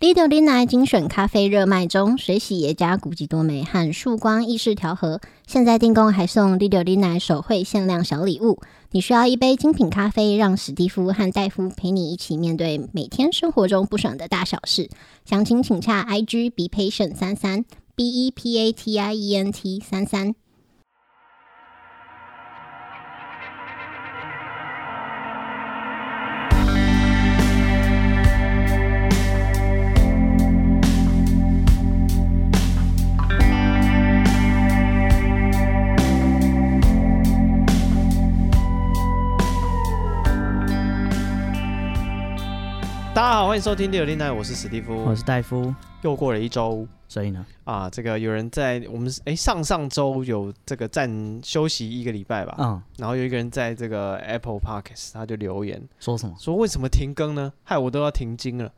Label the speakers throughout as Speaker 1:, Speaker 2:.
Speaker 1: Lido Lina 精选咖啡热卖中，水洗耶加古籍多美和束光意式调和，现在订购还送 Lido Lina 手绘限量小礼物。你需要一杯精品咖啡，让史蒂夫和戴夫陪你一起面对每天生活中不爽的大小事。详情请洽 IG Be Patient 三三 B E P A T I E N T 三三。
Speaker 2: 大家好，欢迎收听《六六零奶》，我是史蒂夫
Speaker 3: 我。是戴夫，
Speaker 2: 又过了一周
Speaker 3: 所以呢，
Speaker 2: 啊，这个有人在我们哎上上周有这个暂休息一个礼拜吧，
Speaker 3: 嗯，
Speaker 2: 然后有一个人在这个 Apple Podcast 他就留言
Speaker 3: 说什么
Speaker 2: 说为什么停更呢？害我都要停经了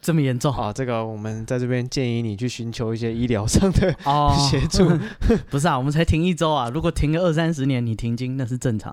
Speaker 3: 这么严重？
Speaker 2: 啊！这个我们在这边建议你去寻求一些医疗上的
Speaker 3: 哦
Speaker 2: 协助。
Speaker 3: 不是啊，我们才停一周啊，如果停个二三十年，你停经那是 正常，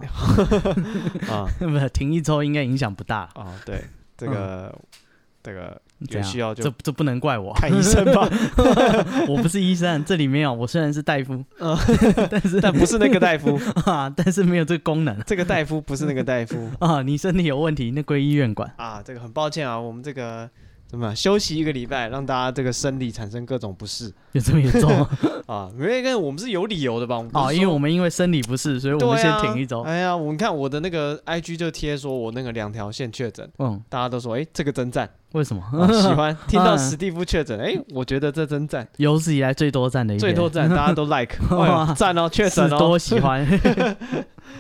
Speaker 2: 啊
Speaker 3: 不是停一周应该影响不大。
Speaker 2: 啊，对这个
Speaker 3: 嗯
Speaker 2: 这个
Speaker 3: 这
Speaker 2: 有需要
Speaker 3: 样，
Speaker 2: 就
Speaker 3: 这这不能怪我，
Speaker 2: 看医生吧，
Speaker 3: 我不是医生，这里没有，我虽然是大 夫，
Speaker 2: 嗯
Speaker 3: 但是
Speaker 2: 但不是那个大夫，
Speaker 3: 啊，但是没有这个功能
Speaker 2: 这个大夫不是那个大夫
Speaker 3: 啊，你身体有问题，那归医院管。
Speaker 2: 啊！这个很抱歉啊，我们这个怎么样休息一个礼拜，让大家这个生理产生各种不适。
Speaker 3: 有这么严重
Speaker 2: 啊，因为跟我们是有理由的吧？我们不是
Speaker 3: 哦，因为我们因为生理不适，所以
Speaker 2: 说
Speaker 3: 我
Speaker 2: 对
Speaker 3: 们先
Speaker 2: 啊
Speaker 3: 停一周。
Speaker 2: 哎呀，我你看我的那个 IG 就贴说我那个两条线确诊，
Speaker 3: 嗯，
Speaker 2: 大家都说哎、这个真赞、
Speaker 3: 为什么？
Speaker 2: 啊喜欢听到
Speaker 3: 嗯
Speaker 2: 史蒂夫确诊，哎、我觉得这真赞，
Speaker 3: 有史以来最多赞的一
Speaker 2: 最
Speaker 3: 篇
Speaker 2: 多 赞，大家都 like，哎呦赞哦，确
Speaker 3: 是
Speaker 2: 诊哦
Speaker 3: 多，喜 欢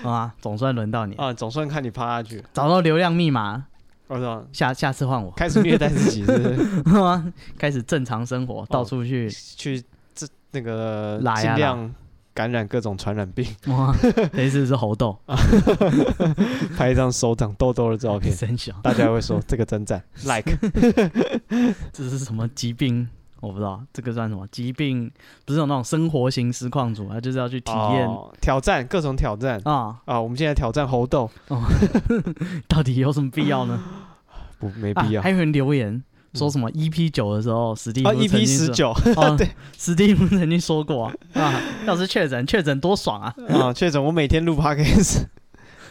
Speaker 3: 啊！总算轮到你，
Speaker 2: 啊，总算看你趴下去，
Speaker 3: 找到流量密码，
Speaker 2: 我操，
Speaker 3: 下下次 换我，
Speaker 2: 开始虐待自己是不是
Speaker 3: 开始正常生
Speaker 2: 哦
Speaker 3: 活，到处去
Speaker 2: 去这那个
Speaker 3: 拉呀
Speaker 2: 尽
Speaker 3: 拉
Speaker 2: 量感染各种传染病，
Speaker 3: 哇！这一次是猴痘，
Speaker 2: 拍一张手掌痘痘的照 片，
Speaker 3: 真小，
Speaker 2: 大家会说这个真 赞 like
Speaker 3: 这是什么疾病？我不知道这个算什么疾病，不是有那种生活型实况组，他啊就是要去体验
Speaker 2: 哦挑战各种挑战
Speaker 3: 啊，
Speaker 2: 啊，我们现在挑战猴痘。
Speaker 3: 到底有什么必 要呢？
Speaker 2: 不，没
Speaker 3: 啊
Speaker 2: 必要。
Speaker 3: 还有人留言说
Speaker 2: 嗯
Speaker 3: 什么 EP 九的时候，史蒂夫
Speaker 2: 啊一
Speaker 3: 曾
Speaker 2: 批
Speaker 3: 经
Speaker 2: 十
Speaker 3: 说，
Speaker 2: 九
Speaker 3: 啊
Speaker 2: 对
Speaker 3: 史蒂夫曾经说过啊，要是确诊，确诊多爽啊！
Speaker 2: 啊，确诊，我每天录 podcast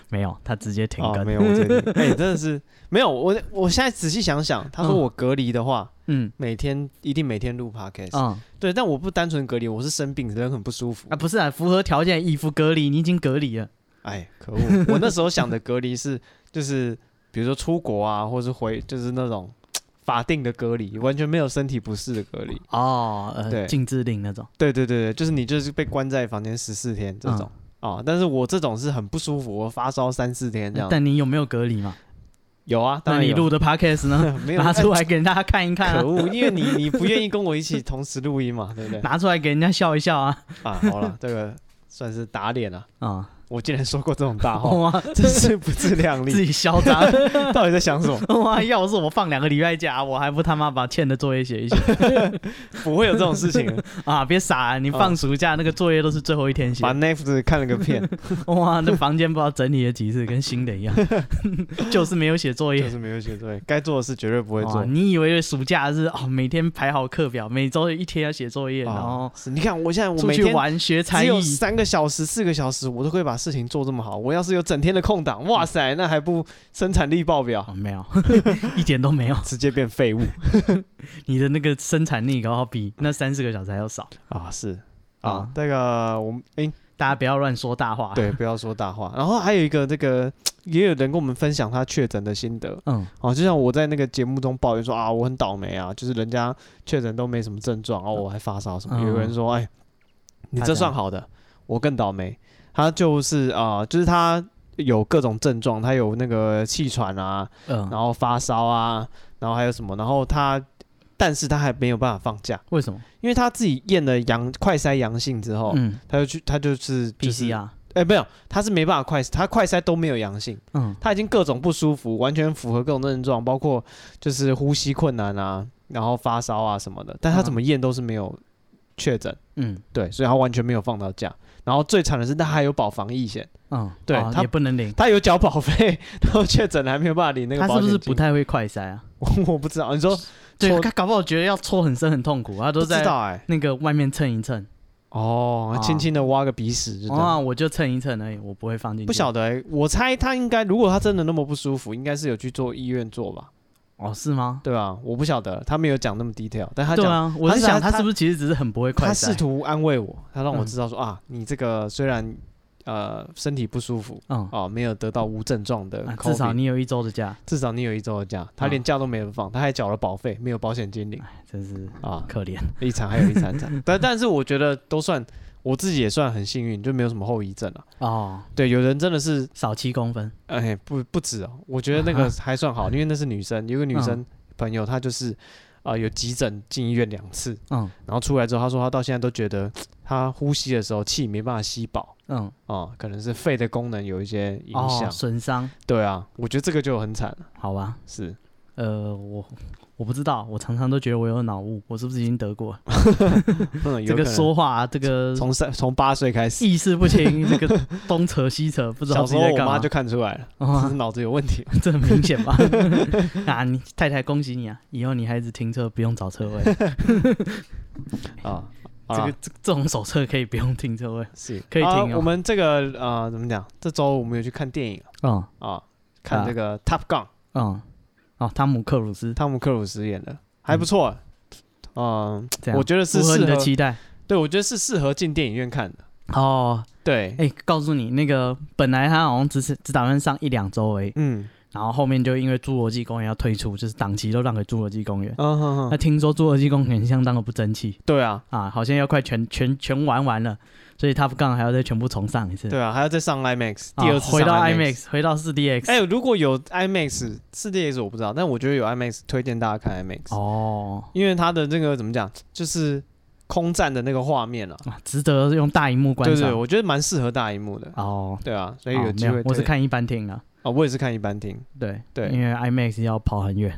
Speaker 3: 没有，他直接停
Speaker 2: 啊，
Speaker 3: 更，
Speaker 2: 没有，我这 里，哎，真的是没有。我我现在仔细想想，他说
Speaker 3: 嗯
Speaker 2: 我隔离的话，
Speaker 3: 嗯
Speaker 2: 每天一定每天录 podcast，
Speaker 3: 嗯。
Speaker 2: 对，但我不单纯隔离，我是生病，人很不舒服
Speaker 3: 啊，。不是啊，符合条件，已服隔离，你已经隔离了。
Speaker 2: 哎，可恶！ 我那时候想的隔离是，就是比如说出国啊，或是回，就是那种法定的隔离，完全没有身体不适的隔离。
Speaker 3: 哦，
Speaker 2: 对
Speaker 3: 呃，禁制令那种。
Speaker 2: 对对对对，就是你就是被关在房间十四天这种
Speaker 3: 嗯
Speaker 2: 啊，但是我这种是很不舒服，我发烧三四天这样。
Speaker 3: 但你有没有隔离嘛？
Speaker 2: 有啊，当
Speaker 3: 那
Speaker 2: 然
Speaker 3: 你
Speaker 2: 有
Speaker 3: 录的 podcast 呢？
Speaker 2: 没有
Speaker 3: 拿出来
Speaker 2: 哎
Speaker 3: 给大家看一看
Speaker 2: 可
Speaker 3: 啊，
Speaker 2: 恶，因为你你不愿意跟我一起同时录音嘛，对不 对？
Speaker 3: 拿出来给人家笑一笑啊。
Speaker 2: 啊，好了，这个算是打脸了。
Speaker 3: 啊，
Speaker 2: 我竟然说过这种大 话，
Speaker 3: 哦 哇，
Speaker 2: 真是不自量
Speaker 3: 自
Speaker 2: 力。
Speaker 3: 己嚣 张。
Speaker 2: 到底在想什么？
Speaker 3: 哇，要是我放两个礼拜假，我还不他妈把欠的作业写 一写
Speaker 2: 不会有这种事情。
Speaker 3: 啊！别傻啊，你放暑假那个作业都是最后一天写
Speaker 2: 把。Netflix 看了个片，
Speaker 3: 哇，那房间不知道整理了几次，跟新的一样， 就是没有写作
Speaker 2: 就
Speaker 3: 业。
Speaker 2: 是没有写作业，该做的事绝对不会做
Speaker 3: 哇，。哦你以为暑假是哦，每天排好课表，每周一天要写作业，
Speaker 2: 啊
Speaker 3: 然后
Speaker 2: 是你看我现在我
Speaker 3: 哦出
Speaker 2: 每
Speaker 3: 去
Speaker 2: 天
Speaker 3: 玩学才
Speaker 2: 只有
Speaker 3: 艺，
Speaker 2: 三个小时、四个小时，我都可以把事情做这么好。我要是有整天的空档，哇塞，那还不生产力爆表，
Speaker 3: 哦、没有， 一点都没有。
Speaker 2: 直接变废物
Speaker 3: 你的那个生产力搞好比那三四个小时还要少。
Speaker 2: 啊！是啊
Speaker 3: 啊，
Speaker 2: 这个我们哎，
Speaker 3: 大家不要乱说大话。，
Speaker 2: 对，不要说大话。然后还有一个这个，也有人跟我们分享他确诊的心得
Speaker 3: 嗯，
Speaker 2: 哦，就像我在那个节目中抱怨说啊，我很倒霉啊，就是人家确诊都没什么症状，哦，我还发烧什么。
Speaker 3: 嗯
Speaker 2: 有人说，哎，你
Speaker 3: 他
Speaker 2: 这
Speaker 3: 怎
Speaker 2: 算
Speaker 3: 样
Speaker 2: 好的，我更倒霉。他就是啊、就是他有各种症状，他有那个气喘啊，然
Speaker 3: 嗯，
Speaker 2: 后发烧啊，然后还有什么，然后他，但是他还没有办法放假，
Speaker 3: 为什么？
Speaker 2: 因为他自己验了阳快筛阳性之后，
Speaker 3: 嗯
Speaker 2: 他就去，他哦就是就是
Speaker 3: ，PCR，
Speaker 2: 哎、没有，他是没办法快，他快筛都没有阳性，
Speaker 3: 嗯
Speaker 2: 他已经各种不舒服，完全符合各种症状，包括就是呼吸困难啊，然后发烧啊什么的，但他怎么验都是没有确诊，
Speaker 3: 嗯
Speaker 2: 对，所以他完全没有放到假。然后最惨的是，他还有保防疫险，
Speaker 3: 嗯，
Speaker 2: 对
Speaker 3: 哦
Speaker 2: 他
Speaker 3: 也不能领。
Speaker 2: 他有缴保费，然后确诊了还没有办法领那个
Speaker 3: 他
Speaker 2: 保
Speaker 3: 是
Speaker 2: 险
Speaker 3: 不
Speaker 2: 金。
Speaker 3: 是不太会快筛啊？
Speaker 2: 我不知道，你说
Speaker 3: 对
Speaker 2: 戳
Speaker 3: 他搞不好觉得要搓很深很痛苦，啊他
Speaker 2: 不
Speaker 3: 都
Speaker 2: 知
Speaker 3: 在
Speaker 2: 道哎、
Speaker 3: 那个外面蹭一蹭。
Speaker 2: 哦，
Speaker 3: 啊
Speaker 2: 轻轻的挖个鼻屎就这样。
Speaker 3: 啊，我就蹭一蹭而已，我不会放进去。
Speaker 2: 不晓得、欸，我猜他应该，如果他真的那么不舒服，应该是有去做医院做吧，
Speaker 3: 哦，是吗？
Speaker 2: 对吧？我不晓得，他没有讲那么 detail，但他
Speaker 3: 对
Speaker 2: 讲、
Speaker 3: 啊，我是
Speaker 2: 他
Speaker 3: 想
Speaker 2: 他
Speaker 3: 他是不是其实只是很不会快
Speaker 2: 他
Speaker 3: 塞
Speaker 2: 试？图安慰我，他让我
Speaker 3: 嗯
Speaker 2: 知道说、啊，你这个虽然呃身体不舒服
Speaker 3: 嗯，
Speaker 2: 哦，没有得到无症状的 COVID,、
Speaker 3: 啊至少你啊有一周的假，
Speaker 2: 至少你有一周的假，他连假都没有放，他还缴了保费，没有保险金领
Speaker 3: 真是
Speaker 2: 啊，
Speaker 3: 可怜。
Speaker 2: 一场还有一场场，但但是我觉得都算，我自己也算很幸运，就没有什么后遗症啊。
Speaker 3: 哦，
Speaker 2: 对，有人真的是
Speaker 3: 少七公分，
Speaker 2: 哎，不不止哦，我觉得那个
Speaker 3: 啊
Speaker 2: 还算好，因为那是女生，有个女
Speaker 3: 嗯
Speaker 2: 生朋友，她就是啊、呃有急诊进医院两次，
Speaker 3: 嗯
Speaker 2: 然后出来之后，她说她到现在都觉得她呼吸的时候气没办法吸饱
Speaker 3: 嗯，
Speaker 2: 啊、可能是肺的功能有一些影响。
Speaker 3: 哦，损伤，
Speaker 2: 对啊，我觉得这个就很惨了，
Speaker 3: 好吧，
Speaker 2: 是
Speaker 3: 呃，我我不知道，我常常都觉得我有脑雾，我是不是已经得过？
Speaker 2: 嗯，
Speaker 3: 这
Speaker 2: 有
Speaker 3: 个
Speaker 2: 可能
Speaker 3: 说话、啊，这个
Speaker 2: 从三从八岁开 始，
Speaker 3: 意识不 清，这个东扯西扯，不知道
Speaker 2: 小
Speaker 3: 自
Speaker 2: 时
Speaker 3: 己
Speaker 2: 候
Speaker 3: 在
Speaker 2: 我
Speaker 3: 干
Speaker 2: 妈
Speaker 3: 嘛，
Speaker 2: 就看出来 了，这
Speaker 3: 哦
Speaker 2: 是脑子有问 题。
Speaker 3: 这很明显吧？啊，你太太恭喜你啊，以后你孩子停车不用找车位，
Speaker 2: 啊，
Speaker 3: 这
Speaker 2: 好
Speaker 3: 个
Speaker 2: 啦
Speaker 3: 这这种手册可以不用停车位，
Speaker 2: 是
Speaker 3: 可以
Speaker 2: 啊
Speaker 3: 停哦
Speaker 2: 我们这个啊、呃怎么讲？这周我们有去看电影
Speaker 3: 嗯
Speaker 2: 啊，看这个《Top Gun》，
Speaker 3: 嗯，哦，汤姆克鲁斯
Speaker 2: 汤姆克鲁斯演的，还不错。嗯，
Speaker 3: 这样，
Speaker 2: 我觉得是
Speaker 3: 符合
Speaker 2: 适
Speaker 3: 你的
Speaker 2: 合，
Speaker 3: 期待
Speaker 2: 对我觉得是适合进电影院看的。
Speaker 3: 哦。
Speaker 2: 对，
Speaker 3: 哎、告诉你，那个本来他好像只是只打算上一两周而已，
Speaker 2: 嗯，
Speaker 3: 然后后面就因为《侏罗纪公园》要退出，就是档期都让给《侏罗纪公园》
Speaker 2: 嗯哼
Speaker 3: 那
Speaker 2: 哼，
Speaker 3: 听说《侏罗纪公园》相当的不争气
Speaker 2: 对啊，
Speaker 3: 啊，好像要快全全全玩完了，所以 Top Gun 还要再全部重上一次。
Speaker 2: 对啊，还要再上 IMAX
Speaker 3: 啊，
Speaker 2: 第二次
Speaker 3: 回到
Speaker 2: 上
Speaker 3: IMAX，回到 4DX。
Speaker 2: 哎，如果有 IMAX 四 DX 我不知道，但我觉得有 IMAX 推荐大家看 IMAX，
Speaker 3: 哦，
Speaker 2: 因为它的这个怎么讲，就是空战的那个画面啊，
Speaker 3: 啊值得用大荧幕观
Speaker 2: 对
Speaker 3: 赏。
Speaker 2: 对，我觉得蛮适合大荧幕的。
Speaker 3: 哦，
Speaker 2: 对啊，所以
Speaker 3: 哦
Speaker 2: 有机
Speaker 3: 没
Speaker 2: 会
Speaker 3: 我是
Speaker 2: 推
Speaker 3: 看一般厅的。
Speaker 2: 啊，我也是看一般厅。
Speaker 3: 对
Speaker 2: 对
Speaker 3: 因为 IMAX 要跑很远，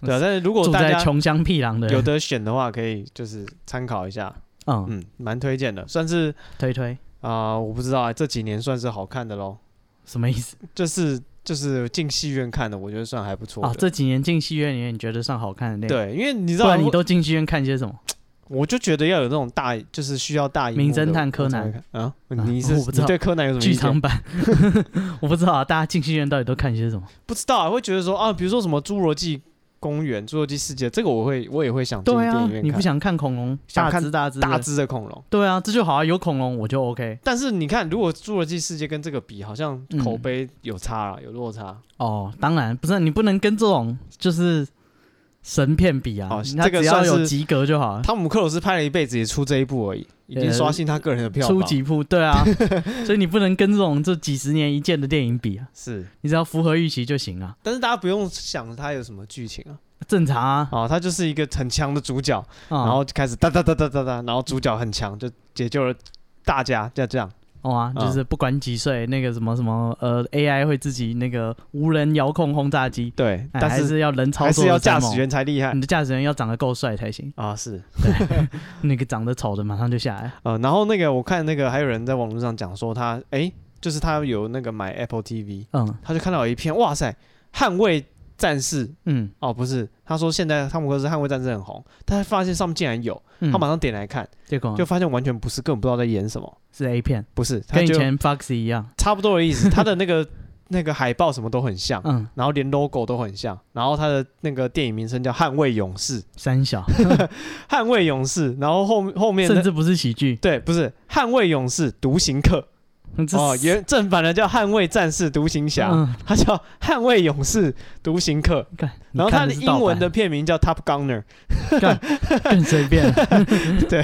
Speaker 2: 对啊，但是如果
Speaker 3: 住
Speaker 2: 大
Speaker 3: 在
Speaker 2: 家
Speaker 3: 穷乡僻壤的，
Speaker 2: 有的选的话，可以就是参考一下。
Speaker 3: 嗯，
Speaker 2: 嗯，蛮推荐的，算是
Speaker 3: 推推
Speaker 2: 啊、我不知道、啊，这几年算是好看的喽，
Speaker 3: 什么意思？
Speaker 2: 就是就是进戏院看的，我觉得算还不错的。
Speaker 3: 哦，这几年进戏院里面，你觉得算好看的内容？
Speaker 2: 对，因为你知
Speaker 3: 不
Speaker 2: 道，
Speaker 3: 然你都进戏院看些什么？
Speaker 2: 我就觉得要有那种大，就是需要大荧幕
Speaker 3: 名
Speaker 2: 的
Speaker 3: 侦探
Speaker 2: 我
Speaker 3: 柯
Speaker 2: 才
Speaker 3: 南
Speaker 2: 会看啊，
Speaker 3: 啊
Speaker 2: 你是、
Speaker 3: 我不知道
Speaker 2: 你对柯南有什么
Speaker 3: 剧
Speaker 2: 意见
Speaker 3: 场？版， 我不知道啊，大家进戏院到底都看些什么？
Speaker 2: 不知道、啊，会觉得说啊，比如说什么《侏罗纪公园》《侏罗纪世界》，这个我会我也会想进
Speaker 3: 对
Speaker 2: 电
Speaker 3: 啊
Speaker 2: 影，院
Speaker 3: 你不
Speaker 2: 看
Speaker 3: 想看恐龙，
Speaker 2: 想
Speaker 3: 大
Speaker 2: 看
Speaker 3: 只大只
Speaker 2: 大
Speaker 3: 的，
Speaker 2: 只的恐龙。
Speaker 3: 对啊，这就好啊，有恐龙我就 OK
Speaker 2: 但是你看，如果《侏罗纪世界》跟这个比，好像口
Speaker 3: 嗯
Speaker 2: 碑有差了，有落差。
Speaker 3: 哦。当然不是，你不能跟这种就是神片比啊
Speaker 2: 哦，
Speaker 3: 他
Speaker 2: 这个
Speaker 3: 只要
Speaker 2: 算
Speaker 3: 有
Speaker 2: 是
Speaker 3: 及格就好了。
Speaker 2: 汤姆·克鲁斯拍了一辈子，也出这一部而已，已经
Speaker 3: 呃
Speaker 2: 刷新他个人的票
Speaker 3: 出
Speaker 2: 房。
Speaker 3: 几部 对啊，所以你不能跟这种这几十年一见的电影比啊，
Speaker 2: 是，
Speaker 3: 你只要符合预期就行啊，
Speaker 2: 但是大家不用想他有什么剧情啊，
Speaker 3: 正常啊。
Speaker 2: 啊，他就是一个很强的主角，
Speaker 3: 啊
Speaker 2: 然后就开始哒哒哒哒哒哒，然后主角很强，就解救了大家，就这样。
Speaker 3: 哦啊，
Speaker 2: 嗯
Speaker 3: 就是不管几岁，那个什么什么呃，AI 会自己那个无人遥控轰炸机，
Speaker 2: 对，
Speaker 3: 哎
Speaker 2: 但
Speaker 3: 还
Speaker 2: 是
Speaker 3: 是要人操
Speaker 2: 还
Speaker 3: 作
Speaker 2: 是
Speaker 3: 的
Speaker 2: 要
Speaker 3: 参
Speaker 2: 驾
Speaker 3: 谋
Speaker 2: 驶，员才厉害
Speaker 3: 你的驾驶员要长得够帅 才行，
Speaker 2: 啊，是。
Speaker 3: 那个长得丑的马上就下来。
Speaker 2: 呃，然后那个我看那个还有人在网络上讲说他，哎，就是他有那个买 Apple TV，
Speaker 3: 嗯
Speaker 2: 他就看到有一片，哇塞，捍卫战士
Speaker 3: 嗯
Speaker 2: 哦，不是，他说现在汤姆克鲁斯捍卫战士很红，他发现上面竟然有，
Speaker 3: 嗯，
Speaker 2: 他马上点来看，
Speaker 3: 结果
Speaker 2: 就发现完全不是，根本不知道在演什么，
Speaker 3: 是 A 片，
Speaker 2: 不是，他
Speaker 3: 跟以
Speaker 2: 就
Speaker 3: 前 Foxy 一样。
Speaker 2: 差不多的意思，他的那个那个海报什么都很像。
Speaker 3: 嗯，
Speaker 2: 然后连 logo 都很像，然后他的那个电影名称叫《捍卫勇士》，
Speaker 3: 三小，
Speaker 2: 捍卫勇士，然后后后面
Speaker 3: 甚
Speaker 2: 的
Speaker 3: 至不是喜剧。
Speaker 2: 对，不是捍卫勇士独行客
Speaker 3: 这
Speaker 2: 哦，
Speaker 3: 是
Speaker 2: 原正版的叫捍卫战士独行侠，
Speaker 3: 嗯
Speaker 2: 他叫捍卫勇士独行客，
Speaker 3: 干你
Speaker 2: 然后他
Speaker 3: 看
Speaker 2: 的
Speaker 3: 是
Speaker 2: 英
Speaker 3: 盗
Speaker 2: 文
Speaker 3: 版
Speaker 2: 的片名叫 Top Gunner，
Speaker 3: 更 随便，
Speaker 2: 对，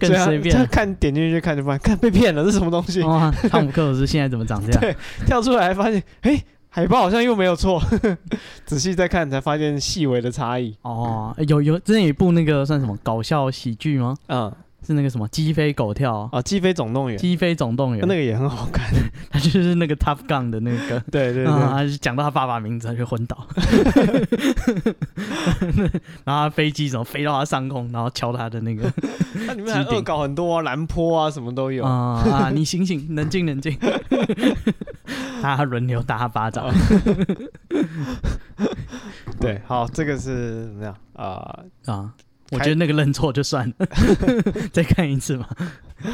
Speaker 3: 更
Speaker 2: 所以他
Speaker 3: 随
Speaker 2: 他
Speaker 3: 便。哦
Speaker 2: 看点进去看就发现，看被骗了，这是什么东西？
Speaker 3: 哇，汤姆克鲁斯现在怎么长这样？
Speaker 2: 对 跳出来发现，哎，海报好像又没有错， 仔细再看才发现细微的差异。
Speaker 3: 哦，有有，之前有一部那个算什么搞笑喜剧吗？
Speaker 2: 嗯，
Speaker 3: 是那个什么鸡飞狗跳，
Speaker 2: 啊，《鸡飞总动员》
Speaker 3: 鸡飞总动员，
Speaker 2: 那个也很好看。
Speaker 3: 他就是那个 Top Gun 的那个。
Speaker 2: 对对对，
Speaker 3: 啊，他就讲到他爸爸名字，他就昏倒， 然后他飞机怎么飞到他上空，然后敲他的那个
Speaker 2: 它里面还
Speaker 3: 机顶
Speaker 2: 恶搞很多啊，蓝坡啊，什么都有。
Speaker 3: 啊、啊！你醒醒，冷静冷静。 大家轮流打他巴掌，
Speaker 2: 对，好，这个是怎么样啊？
Speaker 3: 啊！
Speaker 2: 开
Speaker 3: 我觉得那个认错就算 了，再看一次嘛。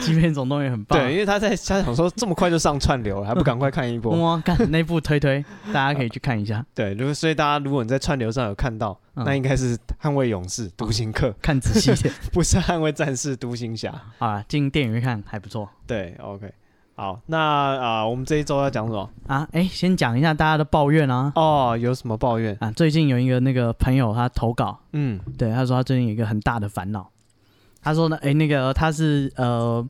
Speaker 3: 即便总动员很棒，
Speaker 2: 对，因为他在他想说这么快就上串流 了，还不赶快看一波？
Speaker 3: 哇，干那部推推，大家可以去看一下，
Speaker 2: 对，如果所以大家如果你在串流上有看到，
Speaker 3: 嗯
Speaker 2: 那应该是《捍卫勇士》《独行客》，
Speaker 3: 看仔细一点
Speaker 2: 不是《捍卫战士》《独行侠》。
Speaker 3: 啊，进电影院看还不错
Speaker 2: 对，OK，好，那啊、我们这一周要讲什么？
Speaker 3: 啊。哎，先讲一下大家的抱怨啊
Speaker 2: 哦，有什么抱怨？
Speaker 3: 啊，最近有一个那个朋友他投稿，
Speaker 2: 嗯，
Speaker 3: 对，他说他最近有一个很大的烦恼。他说呢，诶，那个他是呃，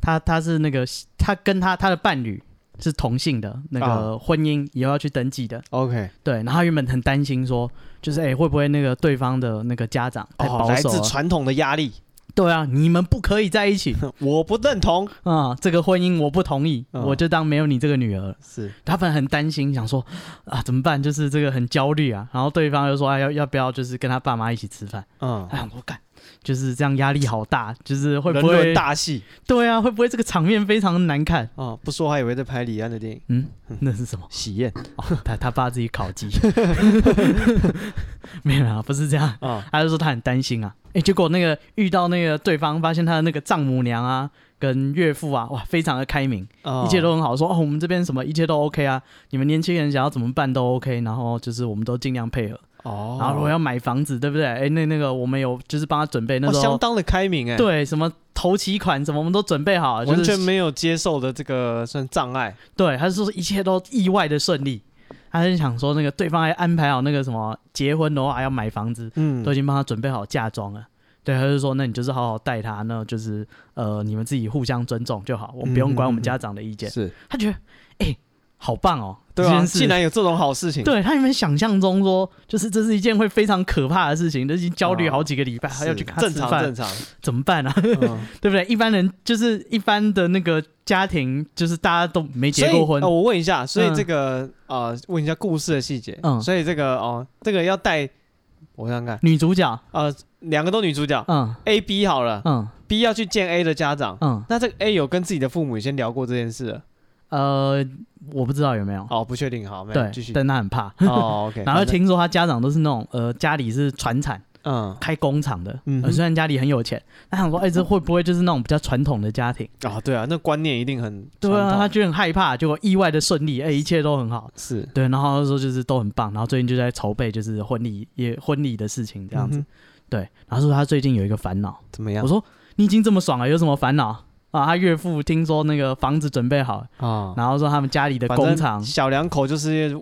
Speaker 3: 他他是那个他跟他他的伴侣是同性的那个
Speaker 2: 啊
Speaker 3: 婚姻，以后要去登记的。
Speaker 2: OK，
Speaker 3: 对，然后他原本很担心说，就是诶，会不会那个对方的那个家长太
Speaker 2: 哦，
Speaker 3: 保
Speaker 2: 来
Speaker 3: 守啊
Speaker 2: 自
Speaker 3: 了？
Speaker 2: 传统的压力，
Speaker 3: 对啊，你们不可以在 一起
Speaker 2: 我不认同。
Speaker 3: 啊、这个婚姻我不同意，
Speaker 2: 嗯
Speaker 3: 我就当没有你这个女儿了。
Speaker 2: 是，
Speaker 3: 他本来很担心，想说啊怎么办？就是这个很焦虑啊。然后对方又说，哎、要要不要就是跟他爸妈一起吃饭？
Speaker 2: 嗯，
Speaker 3: 哎，我干，就是这样压力好大，就是会
Speaker 2: 人
Speaker 3: 不会
Speaker 2: 伦大戏
Speaker 3: 对啊，会不会这个场面非常难看？
Speaker 2: 哦，不说还以为在拍李安的电影
Speaker 3: 嗯，那是什么？
Speaker 2: 《喜宴》
Speaker 3: 哦、他他爸自己烤 鸡，没有啊，不是这样。
Speaker 2: 啊、
Speaker 3: 他就说他很担心啊，哎、结果那个遇到那个对方，发现他的那个丈母娘啊。跟岳父啊，哇，非常的开明，
Speaker 2: 哦
Speaker 3: 一切都很好，说哦，我们这边什么一切都 OK 啊，你们年轻人想要怎么办都 OK，然后就是我们都尽量配合，
Speaker 2: 哦，
Speaker 3: 然后如果要买房子，对不对？哎、那那个我们有就是帮他准备那
Speaker 2: 哦
Speaker 3: 时候、
Speaker 2: 相当的开明哎、，
Speaker 3: 对什么头期款什么我们都准备好了，就
Speaker 2: 完
Speaker 3: 是
Speaker 2: 全没有接受的这个算障碍
Speaker 3: 对，他是说一切都意外的顺利。他是想说，那个对方还安排好那个什么结婚的话要买房子，
Speaker 2: 嗯
Speaker 3: 都已经帮他准备好嫁妆了。对，他就说，那你就是好好待他，那就是呃，你们自己互相尊重就好，我不
Speaker 2: 嗯
Speaker 3: 用管我们家长的意见。
Speaker 2: 是，
Speaker 3: 他觉得，哎、好棒哦，
Speaker 2: 对
Speaker 3: 这
Speaker 2: 啊，
Speaker 3: 件事
Speaker 2: 竟然有这种好事情，
Speaker 3: 对他原本想象中说，就是这是一件会非常可怕的事情，都已经焦虑好几个礼拜，
Speaker 2: 是，
Speaker 3: 还要去跟
Speaker 2: 啊
Speaker 3: 他
Speaker 2: 正
Speaker 3: 吃
Speaker 2: 常
Speaker 3: 饭
Speaker 2: 正常，
Speaker 3: 怎么办啊？
Speaker 2: 嗯
Speaker 3: 对不对？一般人就是一般的那个家庭，就是大家都没
Speaker 2: 所
Speaker 3: 结
Speaker 2: 以
Speaker 3: 过婚
Speaker 2: 呃。我问一下，所以
Speaker 3: 嗯
Speaker 2: 这个啊、呃问一下故事的细节。
Speaker 3: 嗯
Speaker 2: 所以这个哦，这个要带，我想想看，
Speaker 3: 女主角，
Speaker 2: 呃，两个都女主角、
Speaker 3: 嗯
Speaker 2: a B 好了、
Speaker 3: 嗯
Speaker 2: b 要去见 A 的家长。
Speaker 3: 嗯，
Speaker 2: 那这个 A 有跟自己的父母先聊过这件事了？
Speaker 3: 呃，我不知道有没有。
Speaker 2: 哦，不确定，好，没有
Speaker 3: 嗯对
Speaker 2: 继，续。
Speaker 3: 但他很怕。
Speaker 2: 哦，OK 反正。
Speaker 3: 然后听说他家长都是那种呃，家里是船产，
Speaker 2: 嗯，
Speaker 3: 开工厂的，
Speaker 2: 嗯哼
Speaker 3: 呃虽然家里很有钱，他想说，哎、这会不会就是那种比较传统的家庭？
Speaker 2: 啊，对啊，那观念一定很
Speaker 3: 对啊，
Speaker 2: 传
Speaker 3: 他
Speaker 2: 统
Speaker 3: 就很害怕，结果意外的顺利，哎、一切都很好。
Speaker 2: 是
Speaker 3: 对，然后他说就是都很棒，然后最近就在筹备就是婚礼也婚礼的事情这样子。
Speaker 2: 嗯
Speaker 3: 对，然后说他最近有一个烦恼，
Speaker 2: 哼怎么样
Speaker 3: 我？说你已经这么爽了，有什么烦恼啊？他岳父听说那个房子准备好了，
Speaker 2: 啊，
Speaker 3: 然后说他们家里的
Speaker 2: 反
Speaker 3: 工
Speaker 2: 正
Speaker 3: 厂
Speaker 2: 小两口就是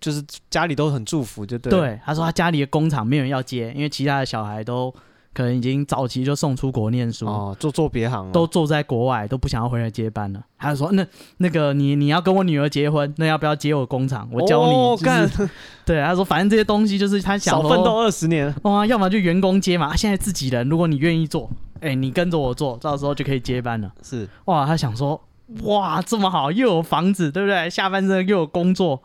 Speaker 2: 就是家里都很祝福，就对了。
Speaker 3: 对，他说他家里的工厂没有人要接，因为其他的小孩都可能已经早期就送出国念书，
Speaker 2: 哦，做做别行了
Speaker 3: 都住在国外，都不想要回来接班了。他就说那那个你你要跟我女儿结婚，那要不要接我工厂？我教你。
Speaker 2: 哦
Speaker 3: 就是
Speaker 2: 干
Speaker 3: 对，他说反正这些东西就是他 想
Speaker 2: 少
Speaker 3: 说
Speaker 2: 奋斗二十年。
Speaker 3: 哇、要么就员工接嘛，啊现在自己人，如果你愿意做，哎、你跟着我做，到时候就可以接班了。
Speaker 2: 是
Speaker 3: 哇，他想说，哇，这么好，又有房子，对不对？下半身又有工作，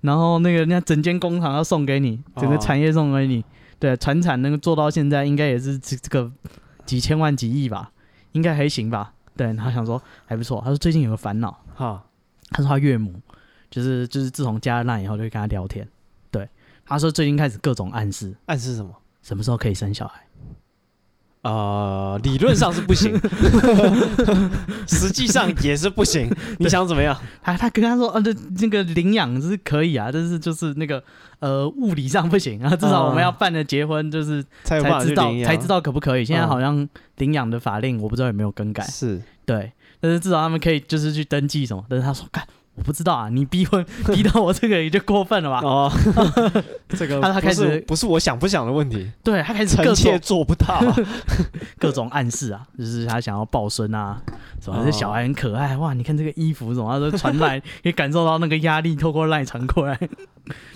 Speaker 3: 然后那个人家整间工厂要送给你，整个
Speaker 2: 哦
Speaker 3: 产业送给你，对，船产能够做到现在，应该也是这这个几千万几亿吧，应该还行吧。对，他想说还不错。他说最近有个烦恼，
Speaker 2: 哈，
Speaker 3: 他说他岳母，就是就是自从加了烂以后就跟他聊天，对，他说最近开始各种暗示，
Speaker 2: 暗示什么？
Speaker 3: 什么时候可以生小孩。
Speaker 2: 呃，理论上是不 行， 实际上也是不行。你想怎么样？
Speaker 3: 他他跟他说，啊，这那个领养是可以啊，但是就是那个呃物理上不行啊，至少我
Speaker 2: 哦
Speaker 3: 们要办了结婚，就是
Speaker 2: 才有办
Speaker 3: 才
Speaker 2: 法去
Speaker 3: 知道
Speaker 2: 领养哦
Speaker 3: 才知道可不可以。现在好像领养的法令我不知道有没有更改，
Speaker 2: 是
Speaker 3: 对，但是至少他们可以就是去登记什么。但是他说，干，我不知道啊，你逼婚 逼到我这个也就过分了吧？
Speaker 2: 哦， 这个
Speaker 3: 啊他他
Speaker 2: 不
Speaker 3: 开
Speaker 2: 是
Speaker 3: 始
Speaker 2: 不是我想不想的问题，
Speaker 3: 对他开始 各
Speaker 2: 臣妾
Speaker 3: 种
Speaker 2: 做不到。啊
Speaker 3: 各种暗示啊， 就是他想要抱孙啊，什么
Speaker 2: 哦
Speaker 3: 这小孩很可爱哇，你看这个衣服什么，他都传 来，可以感受到那个压力透过赖传过来，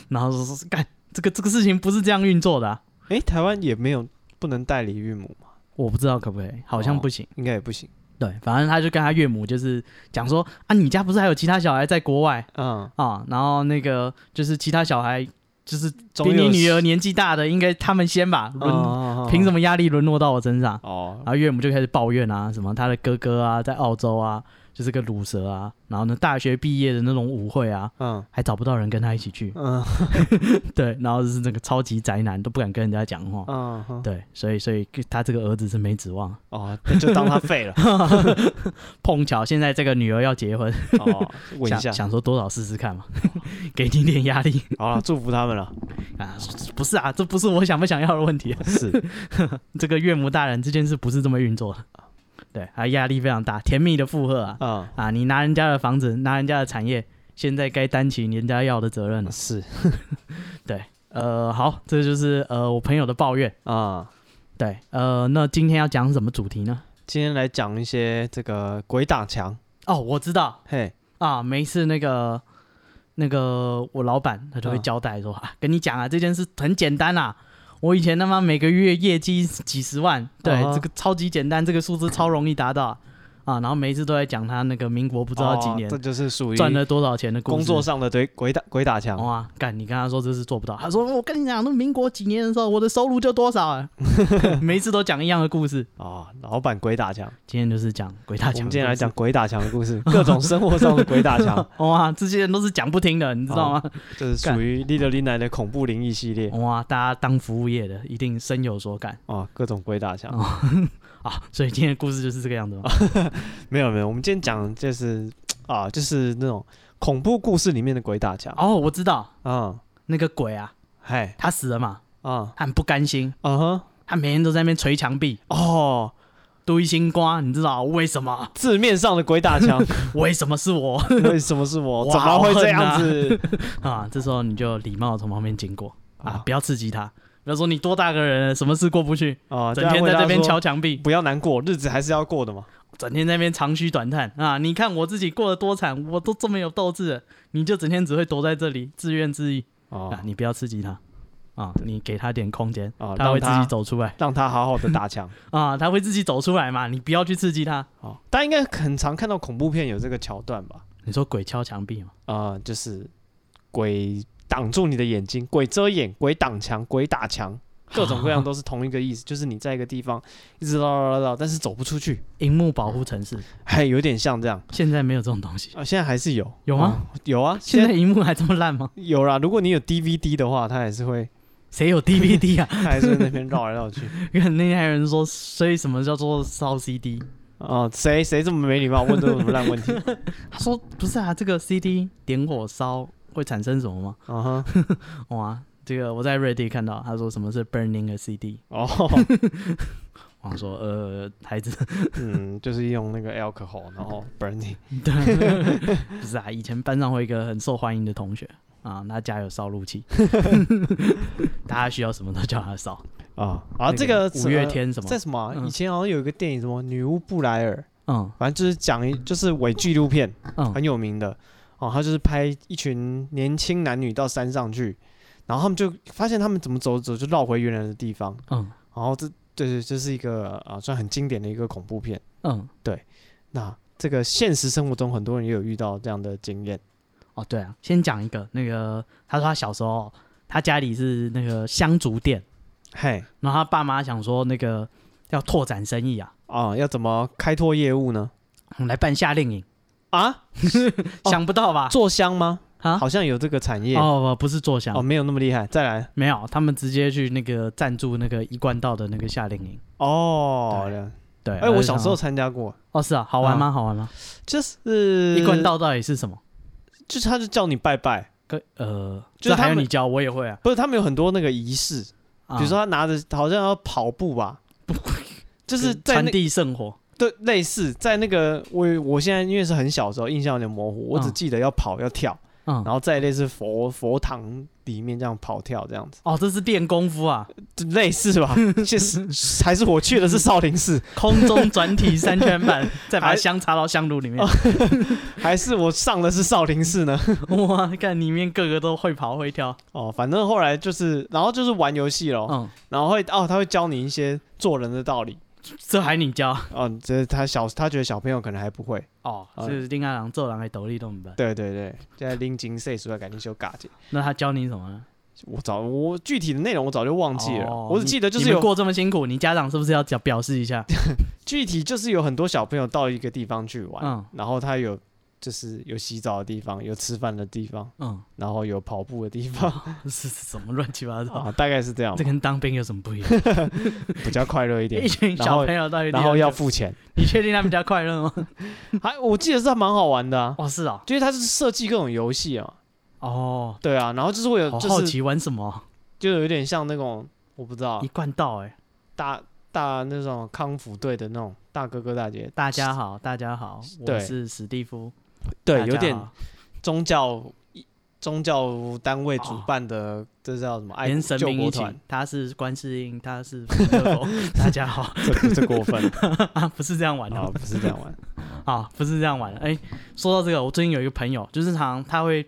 Speaker 3: 然后说说干这个这个事情不是这样运作的啊、
Speaker 2: 哎，台湾也没有不能代理孕母嘛？
Speaker 3: 我不知道可不可以，好像
Speaker 2: 哦
Speaker 3: 不行。
Speaker 2: 应该也不行。
Speaker 3: 对，反正他就跟他岳母就是讲说啊，你家不是还有其他小孩在国外
Speaker 2: 嗯，
Speaker 3: 啊？然后那个就是其他小孩就是比
Speaker 2: 比
Speaker 3: 你女儿年纪大的，应该他们先
Speaker 2: 哦
Speaker 3: 吧，轮凭什
Speaker 2: 么？
Speaker 3: 么压力沦落到我身上？
Speaker 2: 哦
Speaker 3: 然，后岳母就开始抱怨啊，什么他的哥哥啊在澳洲啊就是个卤蛇啊，然后呢大学毕业的那种舞会啊，
Speaker 2: 嗯
Speaker 3: 还找不到人跟他一起去，
Speaker 2: 嗯
Speaker 3: 对，然后就是那个超级宅男都不敢跟人家讲话，
Speaker 2: 嗯，嗯
Speaker 3: 对，所以所以他这个儿子是没指望，
Speaker 2: 哦，那就当他废 了。
Speaker 3: 碰巧现在这个女儿要结婚，
Speaker 2: 哦，问一下
Speaker 3: 想，想说多少试试看嘛， 给你点压力
Speaker 2: 好了，祝福他们了。
Speaker 3: 啊，不是啊，这不是我想不想要的问题，
Speaker 2: 是，
Speaker 3: 这个岳母大人这件事不是这么运作的，
Speaker 2: 哦
Speaker 3: 对，啊压力非常大，甜蜜的负荷啊，
Speaker 2: 嗯，
Speaker 3: 啊，你拿人家的房子，拿人家的产业，现在该担起人家要的责任了。
Speaker 2: 是
Speaker 3: 呃，好，这就是呃我朋友的抱怨。
Speaker 2: 啊。
Speaker 3: 对，呃，那今天要讲什么主题呢？
Speaker 2: 今天来讲一些这个鬼打墙，
Speaker 3: 哦，我知道
Speaker 2: 嘿，
Speaker 3: 啊，每次那个那个我老板他就会
Speaker 2: 嗯
Speaker 3: 交代说、 啊，跟你讲啊，这件事很简单啦、我以前他妈每个月业绩几十万，对
Speaker 2: 啊哈
Speaker 3: 这个超级简单，这个数字超容易达到啊。然后每一次都在讲他那个民国不
Speaker 2: 不
Speaker 3: 知道几年
Speaker 2: 哦这就是属于
Speaker 3: 赚了多少钱的故事
Speaker 2: 工作上的对鬼打鬼打墙。
Speaker 3: 哇、啊干！你跟他说这是做不到，他说我跟你讲，那民国几年的时候，我的收入就多少啊， 每一次都讲一样的故事。
Speaker 2: 啊，老板鬼打墙，
Speaker 3: 今天就是讲鬼打
Speaker 2: 我
Speaker 3: 墙，
Speaker 2: 们今天来讲，鬼打墙的故事， 各种生活上的鬼打墙，
Speaker 3: 哇，这些人都是讲不停的，你知道吗？
Speaker 2: 这是属于 l i t t l 奶的恐怖灵异系列
Speaker 3: 哇，大家当服务业的一定深有所感
Speaker 2: 啊，各种鬼打墙
Speaker 3: 哦。啊，所以今天的故事就是这个样子吗？
Speaker 2: 没有没有，我们今天讲的就是啊，就是那种恐怖故事里面的鬼打墙。
Speaker 3: 哦，我知道
Speaker 2: 嗯，
Speaker 3: 那个鬼啊，
Speaker 2: 嗨，
Speaker 3: 他死了嘛，
Speaker 2: 啊，
Speaker 3: 他很不甘心，
Speaker 2: 嗯哼，
Speaker 3: 他每天都在那边捶墙壁、
Speaker 2: 哦，
Speaker 3: 堆心瓜，你知道为什么？
Speaker 2: 字面上的鬼打 墙，
Speaker 3: 为什么是我
Speaker 2: 为什么是我？
Speaker 3: 哇
Speaker 2: 怎么会这样子？
Speaker 3: 啊？这时候你就礼貌地从旁边经过啊
Speaker 2: 啊，
Speaker 3: 不要刺激他。不要说你多大个人了，什么事过不去？
Speaker 2: 啊，
Speaker 3: 整天在这边
Speaker 2: 敲，
Speaker 3: 敲墙壁，
Speaker 2: 不要难过，日子还是要过的嘛。
Speaker 3: 整天在那边长吁短叹啊！你看我自己过得多惨，我都这么有斗志了，你就整天只会躲在这里自怨自艾、
Speaker 2: 哦
Speaker 3: 啊！，你不要刺激他啊！你给他点空间，
Speaker 2: 啊
Speaker 3: 哦他会自
Speaker 2: 让他
Speaker 3: 己走出来
Speaker 2: 让他好好的打墙。
Speaker 3: 啊！他会自己走出来嘛！你不要去刺激他。
Speaker 2: 哦，大家应该很常看到恐怖片有这个桥段吧？
Speaker 3: 你说鬼敲墙壁嘛？
Speaker 2: 啊、就是鬼挡住你的眼睛，鬼遮眼，鬼挡墙，鬼打墙，各种各样都是同一个意思，就是你在一个地方一直绕绕绕绕，但是走不出去，
Speaker 3: 荧幕保护城市，
Speaker 2: 还有点像这样
Speaker 3: 现在没有这种东西，
Speaker 2: 啊、现在还是有
Speaker 3: 有吗
Speaker 2: 哦有啊，
Speaker 3: 现
Speaker 2: 现
Speaker 3: 在
Speaker 2: 在
Speaker 3: 荧幕还这么烂吗？
Speaker 2: 有啊啦。如果你有 DVD 的话，它还是会，
Speaker 3: 谁有 DVD 啊？
Speaker 2: 它还是会在那边绕来绕去。
Speaker 3: 因为那天还有人说，所以什么叫做烧 CD？
Speaker 2: 哦、谁谁这么没礼貌，问这种烂问 题？
Speaker 3: 他说不是啊，这个 CD 点火烧会产生什么吗？
Speaker 2: 嗯哼，
Speaker 3: 哇，这个我在 Reddit 看到，他说什么是 burning a CD，
Speaker 2: 哦，
Speaker 3: 我说呃，孩子，
Speaker 2: 嗯，就是用那个 alcohol，然后 burning，
Speaker 3: 对， 不是啊，以前班上会有一个很受欢迎的同学啊，他家有烧 录器，大家需要什么都叫他烧
Speaker 2: 啊啊，
Speaker 3: 那
Speaker 2: 这个
Speaker 3: 五月天什么
Speaker 2: 在，什么啊、
Speaker 3: 嗯
Speaker 2: 以前好像有一个电影什么《女巫布莱尔》，
Speaker 3: 嗯
Speaker 2: 反正就是讲一就是伪纪录片，
Speaker 3: 嗯
Speaker 2: 很有名的哦。他就是拍一群年轻男女到山上去，然后他们就发现他们怎么走着走就绕回原来的地方，
Speaker 3: 嗯
Speaker 2: 然后这对对，这是一个啊算很经典的一个恐怖片。
Speaker 3: 嗯，
Speaker 2: 那这个现实生活中很多人也有遇到这样的经验
Speaker 3: 哦对啊，先讲一个那个，他说他小时候他家里是那个香烛店，
Speaker 2: 嘿
Speaker 3: 然后他爸妈想说那个要拓展生意啊，
Speaker 2: 啊，要怎么开拓业务呢？
Speaker 3: 我们来办夏令营，
Speaker 2: 啊，哦
Speaker 3: 想不到吧？
Speaker 2: 做香吗？
Speaker 3: 啊
Speaker 2: 好像有这个产业哦
Speaker 3: 哦，不是坐香
Speaker 2: 没有那么厉害。再来
Speaker 3: 没有，他们直接去那个赞助那个一贯道的那个夏令营。
Speaker 2: 哦，
Speaker 3: 对
Speaker 2: 了
Speaker 3: 对，
Speaker 2: 哎，我小时候
Speaker 3: 然后
Speaker 2: 参加过，
Speaker 3: 哦是啊，好玩吗？好玩吗？
Speaker 2: 就是
Speaker 3: 一贯，道到底是什么？
Speaker 2: 就是他就叫你拜拜，
Speaker 3: 跟呃，
Speaker 2: 就是
Speaker 3: 这还
Speaker 2: 他
Speaker 3: 有
Speaker 2: 们
Speaker 3: 你教我也会啊，
Speaker 2: 不是他们有很多那个仪式，
Speaker 3: 啊
Speaker 2: 比如说他拿着好像要跑步 吧，就是在
Speaker 3: 传
Speaker 2: 那
Speaker 3: 递圣火
Speaker 2: 对类似在那个我我现在因为是很小的时候，印象有点模糊，我只
Speaker 3: 嗯
Speaker 2: 记得要跑要跳，
Speaker 3: 嗯
Speaker 2: 然后在类似佛佛堂里面这样跑跳这样 子，
Speaker 3: 哦，这是练功夫啊，
Speaker 2: 就类似吧？其实还是我去的是少林 寺，
Speaker 3: 空中转体三圈 半，再把
Speaker 2: 还哦
Speaker 3: 香插到香炉里面。
Speaker 2: 还是我上的是少林寺呢？
Speaker 3: 哇，看里面个个都会跑会跳，
Speaker 2: 哦，反正后来就是，然后就是玩游戏咯，哦
Speaker 3: 嗯
Speaker 2: 然后会哦，他会教你一些做人的道理，
Speaker 3: 这还你教
Speaker 2: 哦，这他小他觉得小朋友可能还不会，
Speaker 3: 哦
Speaker 2: 哦
Speaker 3: 是另外人做人的道理都唔白。
Speaker 2: 对对对，现在拎金岁数要赶紧修嘎姐，
Speaker 3: 那他教你什么呢？
Speaker 2: 我早我具体的内容我早就忘记了，
Speaker 3: 哦
Speaker 2: 我只
Speaker 3: 你
Speaker 2: 记得就
Speaker 3: 你
Speaker 2: 是
Speaker 3: 们
Speaker 2: 有
Speaker 3: 过这么辛苦，你家长是不是要表表示一下？
Speaker 2: 具体就是有很多小朋友到一个地方去玩，
Speaker 3: 嗯
Speaker 2: 然后他有就是有洗澡的地方，有吃饭的地方，
Speaker 3: 嗯，
Speaker 2: 然后有跑步的地方
Speaker 3: 是是是什么乱七八糟？
Speaker 2: 啊，大概是这样
Speaker 3: 这，跟当兵有什么不一样？
Speaker 2: 比较快乐一 点
Speaker 3: 一。群
Speaker 2: 然后
Speaker 3: 小朋友到底
Speaker 2: 然后要付钱，
Speaker 3: 你确定他们比较快 乐吗？
Speaker 2: 还我记得是蛮好玩的啊，
Speaker 3: 哦，是哦，
Speaker 2: 就是它是设计各种游戏啊，
Speaker 3: 哦，
Speaker 2: 对啊，然后就是会有
Speaker 3: 好好
Speaker 2: 就是
Speaker 3: 奇玩什么？
Speaker 2: 就有点像那种我不知道
Speaker 3: 一贯道哎，
Speaker 2: 大大那种康复队的那种大哥哥大姐，
Speaker 3: 大家好，大家好，我
Speaker 2: 对
Speaker 3: 是史蒂夫。
Speaker 2: 对，
Speaker 3: 大家
Speaker 2: 有点
Speaker 3: 好
Speaker 2: 宗教宗教单位主办的，这叫什么？爱
Speaker 3: 连
Speaker 2: 国
Speaker 3: 神
Speaker 2: 救
Speaker 3: 明
Speaker 2: 国
Speaker 3: 一起
Speaker 2: 团，，
Speaker 3: 他是观世音，他是福德 狗大家好
Speaker 2: 这个这过 分了
Speaker 3: 啊，不是这样玩的
Speaker 2: 啊！不是这样玩，
Speaker 3: 啊，不是这样玩的。哎，说到这个，我最近有一个朋友，就是常他会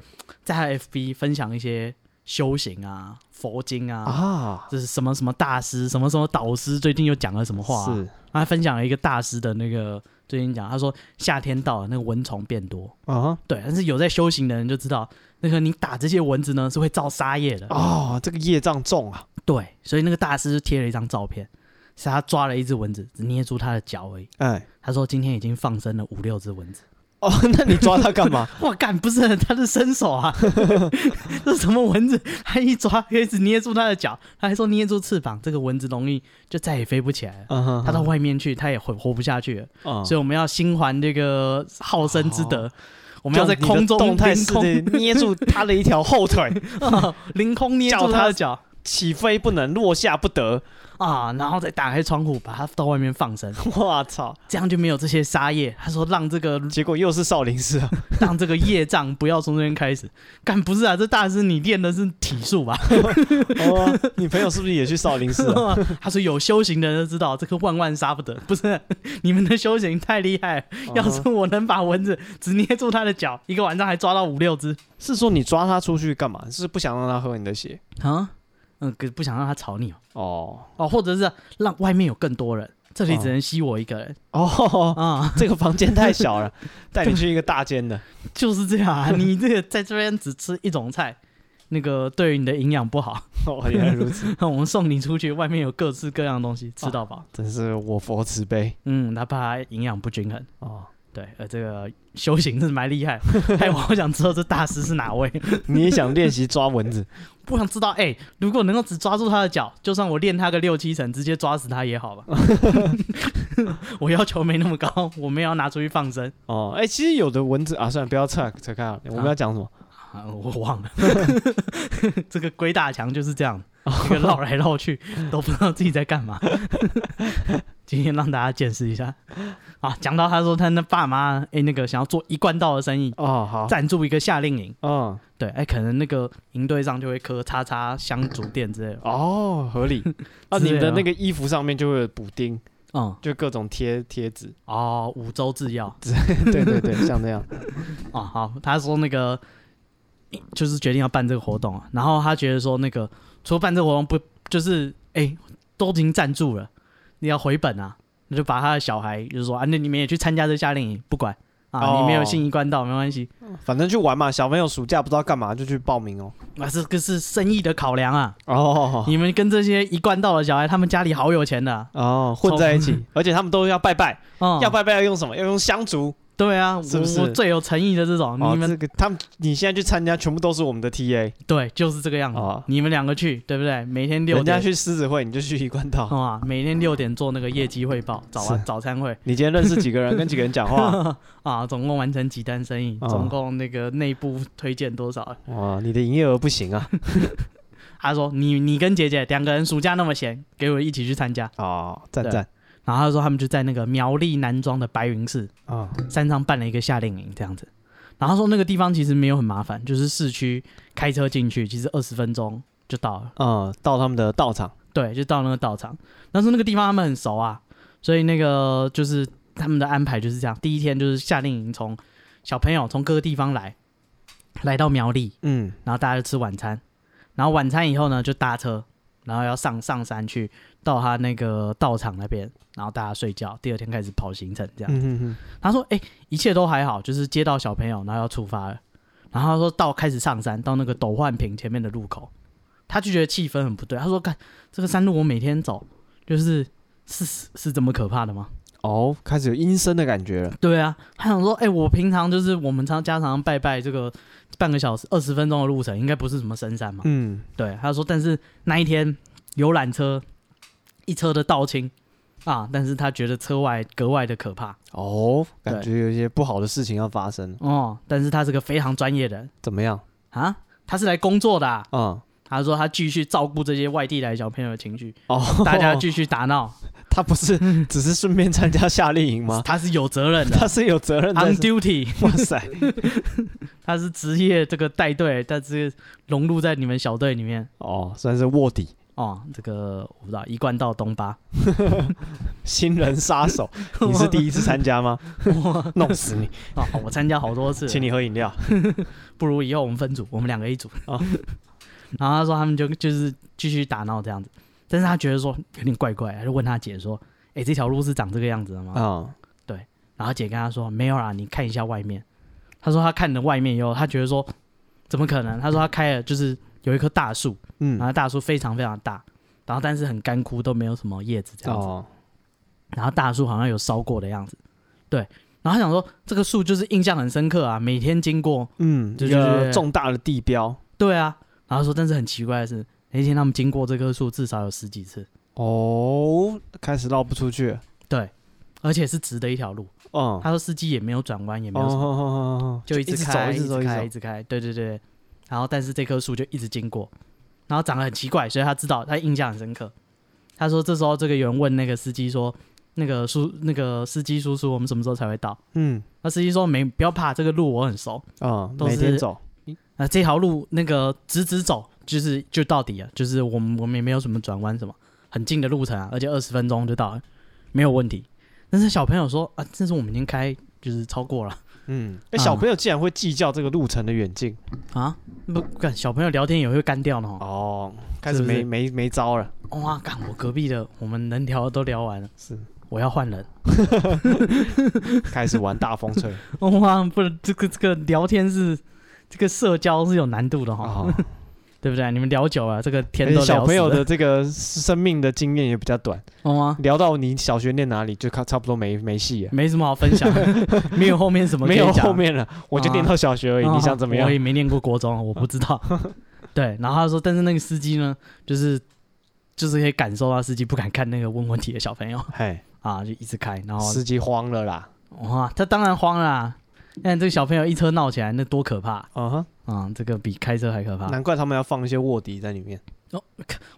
Speaker 3: 在他的 FB 分享一些修行啊、佛经啊，
Speaker 2: 啊，
Speaker 3: 这是什么什么大师、什么什么导师，最近又讲了什么话啊？
Speaker 2: 是
Speaker 3: 他分享了一个大师的那个，最近讲，他说夏天到了，那个蚊虫变多。
Speaker 2: 啊
Speaker 3: 对，但是有在修行的人就知道，那个你打这些蚊子呢是会造杀业的。
Speaker 2: 哦，这个业障重啊
Speaker 3: 对，所以那个大师就贴了一张照片，是他抓了一只蚊子，只捏住它的脚而已。
Speaker 2: 哎
Speaker 3: 他说今天已经放生了五六只蚊子。
Speaker 2: 哦， 那你抓他干 嘛？
Speaker 3: 哇，干，不是他是身 手啊，这什么蚊子？他一抓，一直捏住它的脚，他还说捏住翅膀，这个蚊子容易就再也飞不起来了。
Speaker 2: 嗯哼
Speaker 3: 它到外面去，它也活活不下去了。
Speaker 2: 嗯
Speaker 3: 所以我们要心怀这个好生之德，我
Speaker 2: 我
Speaker 3: 们要在空中
Speaker 2: 动态
Speaker 3: 凌
Speaker 2: 式
Speaker 3: 空
Speaker 2: 的捏住他的一条后腿，
Speaker 3: 啊凌空捏
Speaker 2: 叫
Speaker 3: 住
Speaker 2: 它
Speaker 3: 它的脚
Speaker 2: 起飞不能，落下不得。
Speaker 3: 啊，然后再打开窗户，把它到外面放生，
Speaker 2: 我操！
Speaker 3: 这样就没有这些杀业。他说让这个
Speaker 2: 结果又是少林寺啊，
Speaker 3: 让这个业障不要从这边开始。干不是啊，这大师你练的是体术吧？
Speaker 2: 哦， 你朋友是不是也去少林寺啊？
Speaker 3: 他说有修行的人都知道，这个万万杀不得。不是你们的修行太厉害
Speaker 2: 嗯
Speaker 3: 了， 要
Speaker 2: 啊
Speaker 3: 是我能把蚊子只捏住它的脚，一个晚上还抓到五六只
Speaker 2: 是说你抓他出去干嘛？是不想让他喝你的血
Speaker 3: 啊，嗯，可不想让它吵你哦。
Speaker 2: 哦
Speaker 3: 哦，或者是让外面有更多人，这里只能吸我一个人
Speaker 2: 哦，
Speaker 3: 啊、
Speaker 2: 这个房间太小 了，带你去一个大间的。
Speaker 3: 就是这样啊。你这个在这边只吃一种菜，那个对于你的营养不好。
Speaker 2: 哦， 原来如此，
Speaker 3: 我们送你出去，外面有各式各样的东西，吃到饱。
Speaker 2: 真是我佛慈悲
Speaker 3: 嗯，哪怕营养不均衡。
Speaker 2: 哦。
Speaker 3: 对，呃，这个修行真是蛮厉害。 哎，我好想知道这大师是哪位，
Speaker 2: 你也想练习抓蚊子？
Speaker 3: 我想知道。哎、如果能够只抓住他的脚，就算我练他个六七成，直接抓死他也好吧。 我要求没那么高，我没有要拿出去放生。
Speaker 2: 哦，哎，其实有的蚊子啊，算了，不要扯扯开了。我们要讲什么？
Speaker 3: 啊， 我忘了，这个鬼打墙就是这样，一个绕来绕去，都不知道自己在干嘛。 今天让大家见识一下啊！讲到他说他那爸妈哎、那个想要做一贯道的生意，
Speaker 2: 哦，好，
Speaker 3: 赞助一个夏令营，
Speaker 2: 嗯，
Speaker 3: 对，哎、可能那个营队上就会刻叉叉香烛店之类的，
Speaker 2: 哦，合理。啊，
Speaker 3: 之类
Speaker 2: 你的
Speaker 3: 的
Speaker 2: 那个衣服上面就会有补丁，
Speaker 3: 嗯，
Speaker 2: 就各种贴贴纸。
Speaker 3: 哦，五洲制药，
Speaker 2: 对对对，像这样。
Speaker 3: 哦，好，他说那个就是决定要办这个活动啊，然后他觉得说那个除了办这个活动不就是哎、都已经赞助了，你要回本啊，你就把他的小孩就是说啊，那你们也去参加这夏令营，不管啊，你没有
Speaker 2: 哦
Speaker 3: 信一贯道没关系，
Speaker 2: 反正去玩嘛，小朋友暑假不知道干嘛就去报名哦。
Speaker 3: 啊，这个是生意的考量啊，
Speaker 2: 哦
Speaker 3: 你们跟这些一贯道的小孩，他们家里好有钱的啊、
Speaker 2: 哦，混在一起，而且他们都要拜拜，
Speaker 3: 哦，
Speaker 2: 要拜拜要用什么？要用香烛。
Speaker 3: 对啊，
Speaker 2: 是不
Speaker 3: 我
Speaker 2: 是
Speaker 3: 我最有诚意的这种，
Speaker 2: 哦
Speaker 3: 你们
Speaker 2: 这个他们，你现在去参加，全部都是我们的 TA。
Speaker 3: 对就是这个样子，
Speaker 2: 哦
Speaker 3: 你们两个去对不对？每天六
Speaker 2: 人家
Speaker 3: 点
Speaker 2: 去狮子会，你就去一贯道。
Speaker 3: 啊，每天六点做那个业绩汇报，早啊
Speaker 2: 是
Speaker 3: 早餐会。
Speaker 2: 你今天认识几个人，跟几个人讲 话？
Speaker 3: 啊，总共完成几单生意，
Speaker 2: 哦
Speaker 3: 总共那个内部推荐多少？
Speaker 2: 哇，哦你的营业额不行啊！
Speaker 3: 他说你你跟姐姐两个人暑假那么闲，给我一起去参加。
Speaker 2: 哦，赞
Speaker 3: 对
Speaker 2: 赞
Speaker 3: 然后他说他们就在那个苗栗南庄的白云寺
Speaker 2: 啊，
Speaker 3: 山上办了一个夏令营这样子。然后他说那个地方其实没有很麻烦，就是市区开车进去，其实二十分钟就到了。
Speaker 2: 嗯，到他们的道场
Speaker 3: 对，就到那个道场。但是那个地方他们很熟啊，所以那个就是他们的安排就是这样。第一天就是夏令营，从小朋友从各个地方来，来到苗栗，
Speaker 2: 嗯，
Speaker 3: 然后大家就吃晚餐，然后晚餐以后呢就搭车然后要上上山去到他那个道场那边，然后大家睡觉，第二天开始跑行程这样。
Speaker 2: 嗯哼哼，
Speaker 3: 他说：“哎、一切都还好，就是接到小朋友，然后要出发了。”然后他说到开始上山，到那个斗焕坪前面的路口，他就觉得气氛很不对。他说：“干，这个山路我每天走，就是是是是这么可怕的吗
Speaker 2: 哦，开始有阴森的感觉了？”。
Speaker 3: 对啊，他想说：“哎、我平常就是我们常家常拜拜，这个半个小时、二十分钟的路程，应该不是什么深山嘛。
Speaker 2: 嗯，
Speaker 3: 对，他说，但是那一天游览车一车的道清啊，但是他觉得车外格外的可怕
Speaker 2: 哦，感觉有一些不好的事情要发生，
Speaker 3: 哦。但是他是个非常专业的人
Speaker 2: 怎么样？
Speaker 3: 啊，他是来工作的啊、
Speaker 2: 嗯，
Speaker 3: 他说他继续照顾这些外地来小朋友的情绪，
Speaker 2: 哦，
Speaker 3: 大家继续打闹，
Speaker 2: 他不 是只是顺便参加夏令营吗？
Speaker 3: 他是有责任的
Speaker 2: 他是有责任在
Speaker 3: ，on duty，
Speaker 2: 哇塞，
Speaker 3: 他是职业这个带队，但是融入在你们小队里面
Speaker 2: 哦，算是卧底
Speaker 3: 哦。这个我不知道，一贯到 东巴，
Speaker 2: 新人杀 手，你是第一次参加吗？ 弄死 你，
Speaker 3: 哦，我参加好多次了，
Speaker 2: 请你喝饮料。
Speaker 3: 不如以后我们分组，我们两个一组。
Speaker 2: 哦
Speaker 3: 然后他说他们就就是继续打闹这样子，但是他觉得说有点怪怪，他就问他姐说：“哎、这条路是长这个样子的吗？”
Speaker 2: 嗯，
Speaker 3: 然后姐跟他说：“没有啦，你看一下外面。”他说他看了外面以后，他觉得说怎么可能？他说他开了就是有一棵大树，
Speaker 2: 嗯，
Speaker 3: 然后大树非常非常大，然后但是很干枯，都没有什么叶子这样子。
Speaker 2: 哦，
Speaker 3: 然后大树好像有烧过的样子，对。然后他想说这个树就是印象很深刻啊，每天经过，
Speaker 2: 嗯，
Speaker 3: 对
Speaker 2: 一
Speaker 3: 对对
Speaker 2: 个
Speaker 3: 对
Speaker 2: 重大的地标。
Speaker 3: 对啊。然后说但是很奇怪的是，那天他们经过这棵树至少有十几次，
Speaker 2: 哦，开始绕不出去了。
Speaker 3: 对，而且是直的一条路。
Speaker 2: 嗯，
Speaker 3: 他说司机也没有转弯，也没
Speaker 2: 哦
Speaker 3: 有什么。
Speaker 2: 哦哦哦
Speaker 3: 就一直
Speaker 2: 走，
Speaker 3: 开，
Speaker 2: 一直走，一
Speaker 3: 开，
Speaker 2: 直
Speaker 3: 一
Speaker 2: 走。
Speaker 3: 直开，对对对。然后，但是这棵树就一直经过，然后长得很奇怪，所以他知道，他印象很深刻。他说，这时候这个有人问那个司机说，那个叔，那个司机叔叔，我们什么时候才会到？
Speaker 2: 嗯，
Speaker 3: 那司机说没，不要怕，这个路我很熟，
Speaker 2: 嗯，
Speaker 3: 都
Speaker 2: 每天
Speaker 3: 是
Speaker 2: 走。
Speaker 3: 啊、这条路那个直直走，就是就到底了，就是我们我们也没有什么转弯什么，很近的路程啊，而且二十分钟就到了，没有问题。但是小朋友说啊，这是我们已经开就是超过了
Speaker 2: 嗯，哎，
Speaker 3: 啊
Speaker 2: 小朋友竟然会计较这个路程的远近。
Speaker 3: 啊，不，干小朋友聊天也会干掉呢、哦。
Speaker 2: 哦，开始
Speaker 3: 是不是
Speaker 2: 没没没招了。
Speaker 3: 哇，干！我隔壁的，我们能聊的都聊完了，
Speaker 2: 是，
Speaker 3: 我要换人。
Speaker 2: 开始玩大风吹。
Speaker 3: 哇，不能，这个这个聊天是这个社交是有难度的 哈，
Speaker 2: 哦，
Speaker 3: 对不对？你们聊久了，这个 天
Speaker 2: 而且
Speaker 3: 都聊
Speaker 2: 小朋友
Speaker 3: 死了
Speaker 2: 的，这个生命的经验也比较短。
Speaker 3: 哦吗？
Speaker 2: 聊到你小学念哪里，就差差不多没没戏了，
Speaker 3: 没什么好分享， 没有后面什么可
Speaker 2: 没
Speaker 3: 以讲
Speaker 2: 有后面了，我就念到小学而已。
Speaker 3: 哦
Speaker 2: 你想怎么样
Speaker 3: 我？也没念过国中，啊我不知 道。对，然后他说，但是那个司机呢，就是就是可以感受到司机不敢看那个问问题的小朋友
Speaker 2: 嘿，
Speaker 3: 啊，就一直开，然后
Speaker 2: 司机慌了啦。
Speaker 3: 哇，他当然慌啦、但这个小朋友一车闹起来，那多可怕啊、
Speaker 2: 嗯哼，
Speaker 3: 这个比开车还可怕。
Speaker 2: 啊难怪他们要放一些卧底在里面。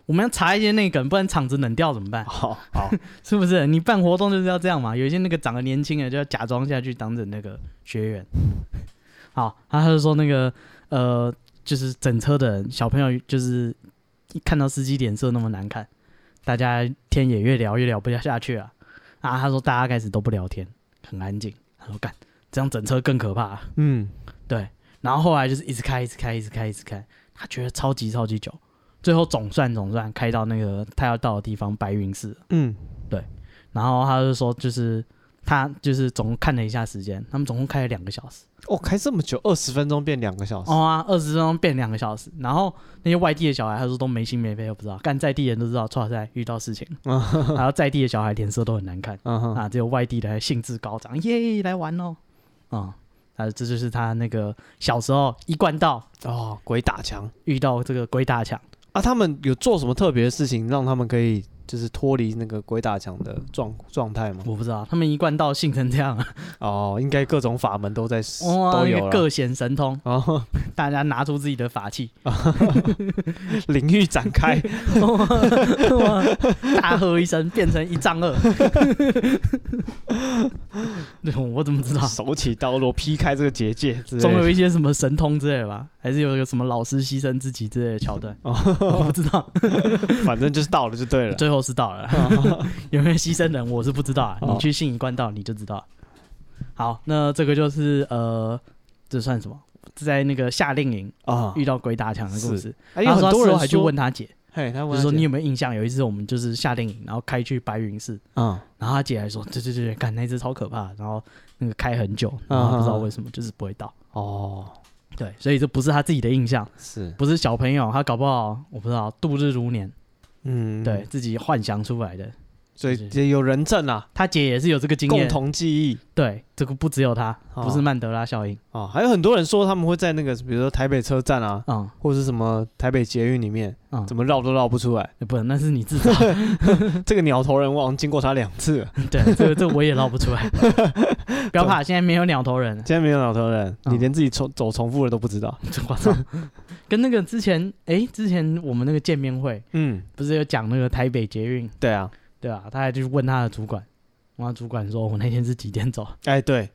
Speaker 3: 我们要查一些内梗，不然场子冷掉怎么办？
Speaker 2: 好好，
Speaker 3: 是不是？你办活动就是要这样嘛。有一些那个长得年轻的，就要假装下去当成那个学员。 好，然后他就说那个呃，就是整车的人小朋友，就是一看到司机脸色那么难看，大家天也越聊越聊不下去啊。啊，他说大家开始都不聊天，很安静。他说干，这样整车更可怕啊、
Speaker 2: 嗯，
Speaker 3: 然后后来就是一直开，一直开，一直开，一直开，他觉得超级超级久，最后总算总算开到那个他要到的地方白云寺，
Speaker 2: 嗯，
Speaker 3: 然后他就说就是他就是总共看了一下时间，他们总共开了两个小时，
Speaker 2: 哦，开这么久，二十分钟变两个小时。
Speaker 3: 哦啊，二十分钟变两个小时，然后那些外地的小孩他说都没心没肺，都不知道，干在地人都知道，错在遇到事情，然后在地的小孩脸色都很难看。
Speaker 2: 嗯哼，
Speaker 3: 啊，只有外地的还兴致高涨，耶，来玩哦！啊、啊，这就是他那个小时候一贯道
Speaker 2: 哦，鬼打墙
Speaker 3: 遇到这个鬼打墙。
Speaker 2: 啊！他们有做什么特别的事情，让他们可以就是脱离那个鬼打墙的状状态吗？
Speaker 3: 我不知道，他们一贯道信成这样，啊
Speaker 2: 哦，应该各种法门 都在
Speaker 3: 哇，
Speaker 2: 都
Speaker 3: 那
Speaker 2: 有
Speaker 3: 个
Speaker 2: 了。
Speaker 3: 各显神通，
Speaker 2: 哦，
Speaker 3: 大家拿出自己的法器，
Speaker 2: 领域展 开，
Speaker 3: 哇大喝一声，变成一丈二。对，我怎么知道？
Speaker 2: 手起刀落，劈开这个结界之类的，
Speaker 3: 总有一些什么神通之类的吧，还是有一个什么老师牺牲自己之类的桥段，
Speaker 2: 哦
Speaker 3: 我不知 道。
Speaker 2: 反正就是到了就对了。
Speaker 3: 最后是到了， 有没有牺牲人我是不知道啊，
Speaker 2: 哦
Speaker 3: 你去信一贯道你就知道了。好，那这个就是呃，这算什么？在那个夏令营
Speaker 2: 啊
Speaker 3: 遇到鬼打墙的故
Speaker 2: 是
Speaker 3: 事，
Speaker 2: 还有
Speaker 3: 他说
Speaker 2: 啊很
Speaker 3: 他
Speaker 2: 多
Speaker 3: 事
Speaker 2: 人
Speaker 3: 后还去
Speaker 2: 说
Speaker 3: 问他姐，
Speaker 2: 嘿，他
Speaker 3: 就
Speaker 2: 问
Speaker 3: 是
Speaker 2: 他
Speaker 3: 说
Speaker 2: 姐
Speaker 3: 你有没有印象？有一次我们就是夏令营，然后开去白云寺，
Speaker 2: 嗯
Speaker 3: 然后他姐还说，对对对对，干那只超可怕，然后那个开很久，
Speaker 2: 嗯
Speaker 3: 然后他不知道为什么就是不会到。
Speaker 2: 哦
Speaker 3: 对，所以这不是他自己的印象，
Speaker 2: 是
Speaker 3: 不是小朋友，他搞不好我不知道度日如年，
Speaker 2: 嗯
Speaker 3: 对，自己幻想出来的。
Speaker 2: 所以
Speaker 3: 就是
Speaker 2: 这有人证啊，
Speaker 3: 他姐也是有这个经
Speaker 2: 共
Speaker 3: 验，
Speaker 2: 同记忆
Speaker 3: 对，这个不只有他，
Speaker 2: 哦
Speaker 3: 不是曼德拉效应，
Speaker 2: 啊，还有很多人说他们会在那个比如说台北车站啊，
Speaker 3: 嗯
Speaker 2: 或者是什么台北捷运里面，
Speaker 3: 嗯
Speaker 2: 怎，么绕都绕不出来。
Speaker 3: 不，那是你自找，
Speaker 2: 这个鸟头人我好像经过他两次了，
Speaker 3: 对，这个这个我也捞不出 来，不要怕，现在没有鸟头人了，
Speaker 2: 现在没有鸟头人，
Speaker 3: 嗯
Speaker 2: 你连自己重走重复的都不知道。
Speaker 3: 我操，跟那个之前，哎，之前我们那个见面会
Speaker 2: 嗯，
Speaker 3: 不是有讲那个台北捷运，
Speaker 2: 对啊，
Speaker 3: 对啊，他还去问他的主管，问他主管说我那天是几点走，
Speaker 2: 哎对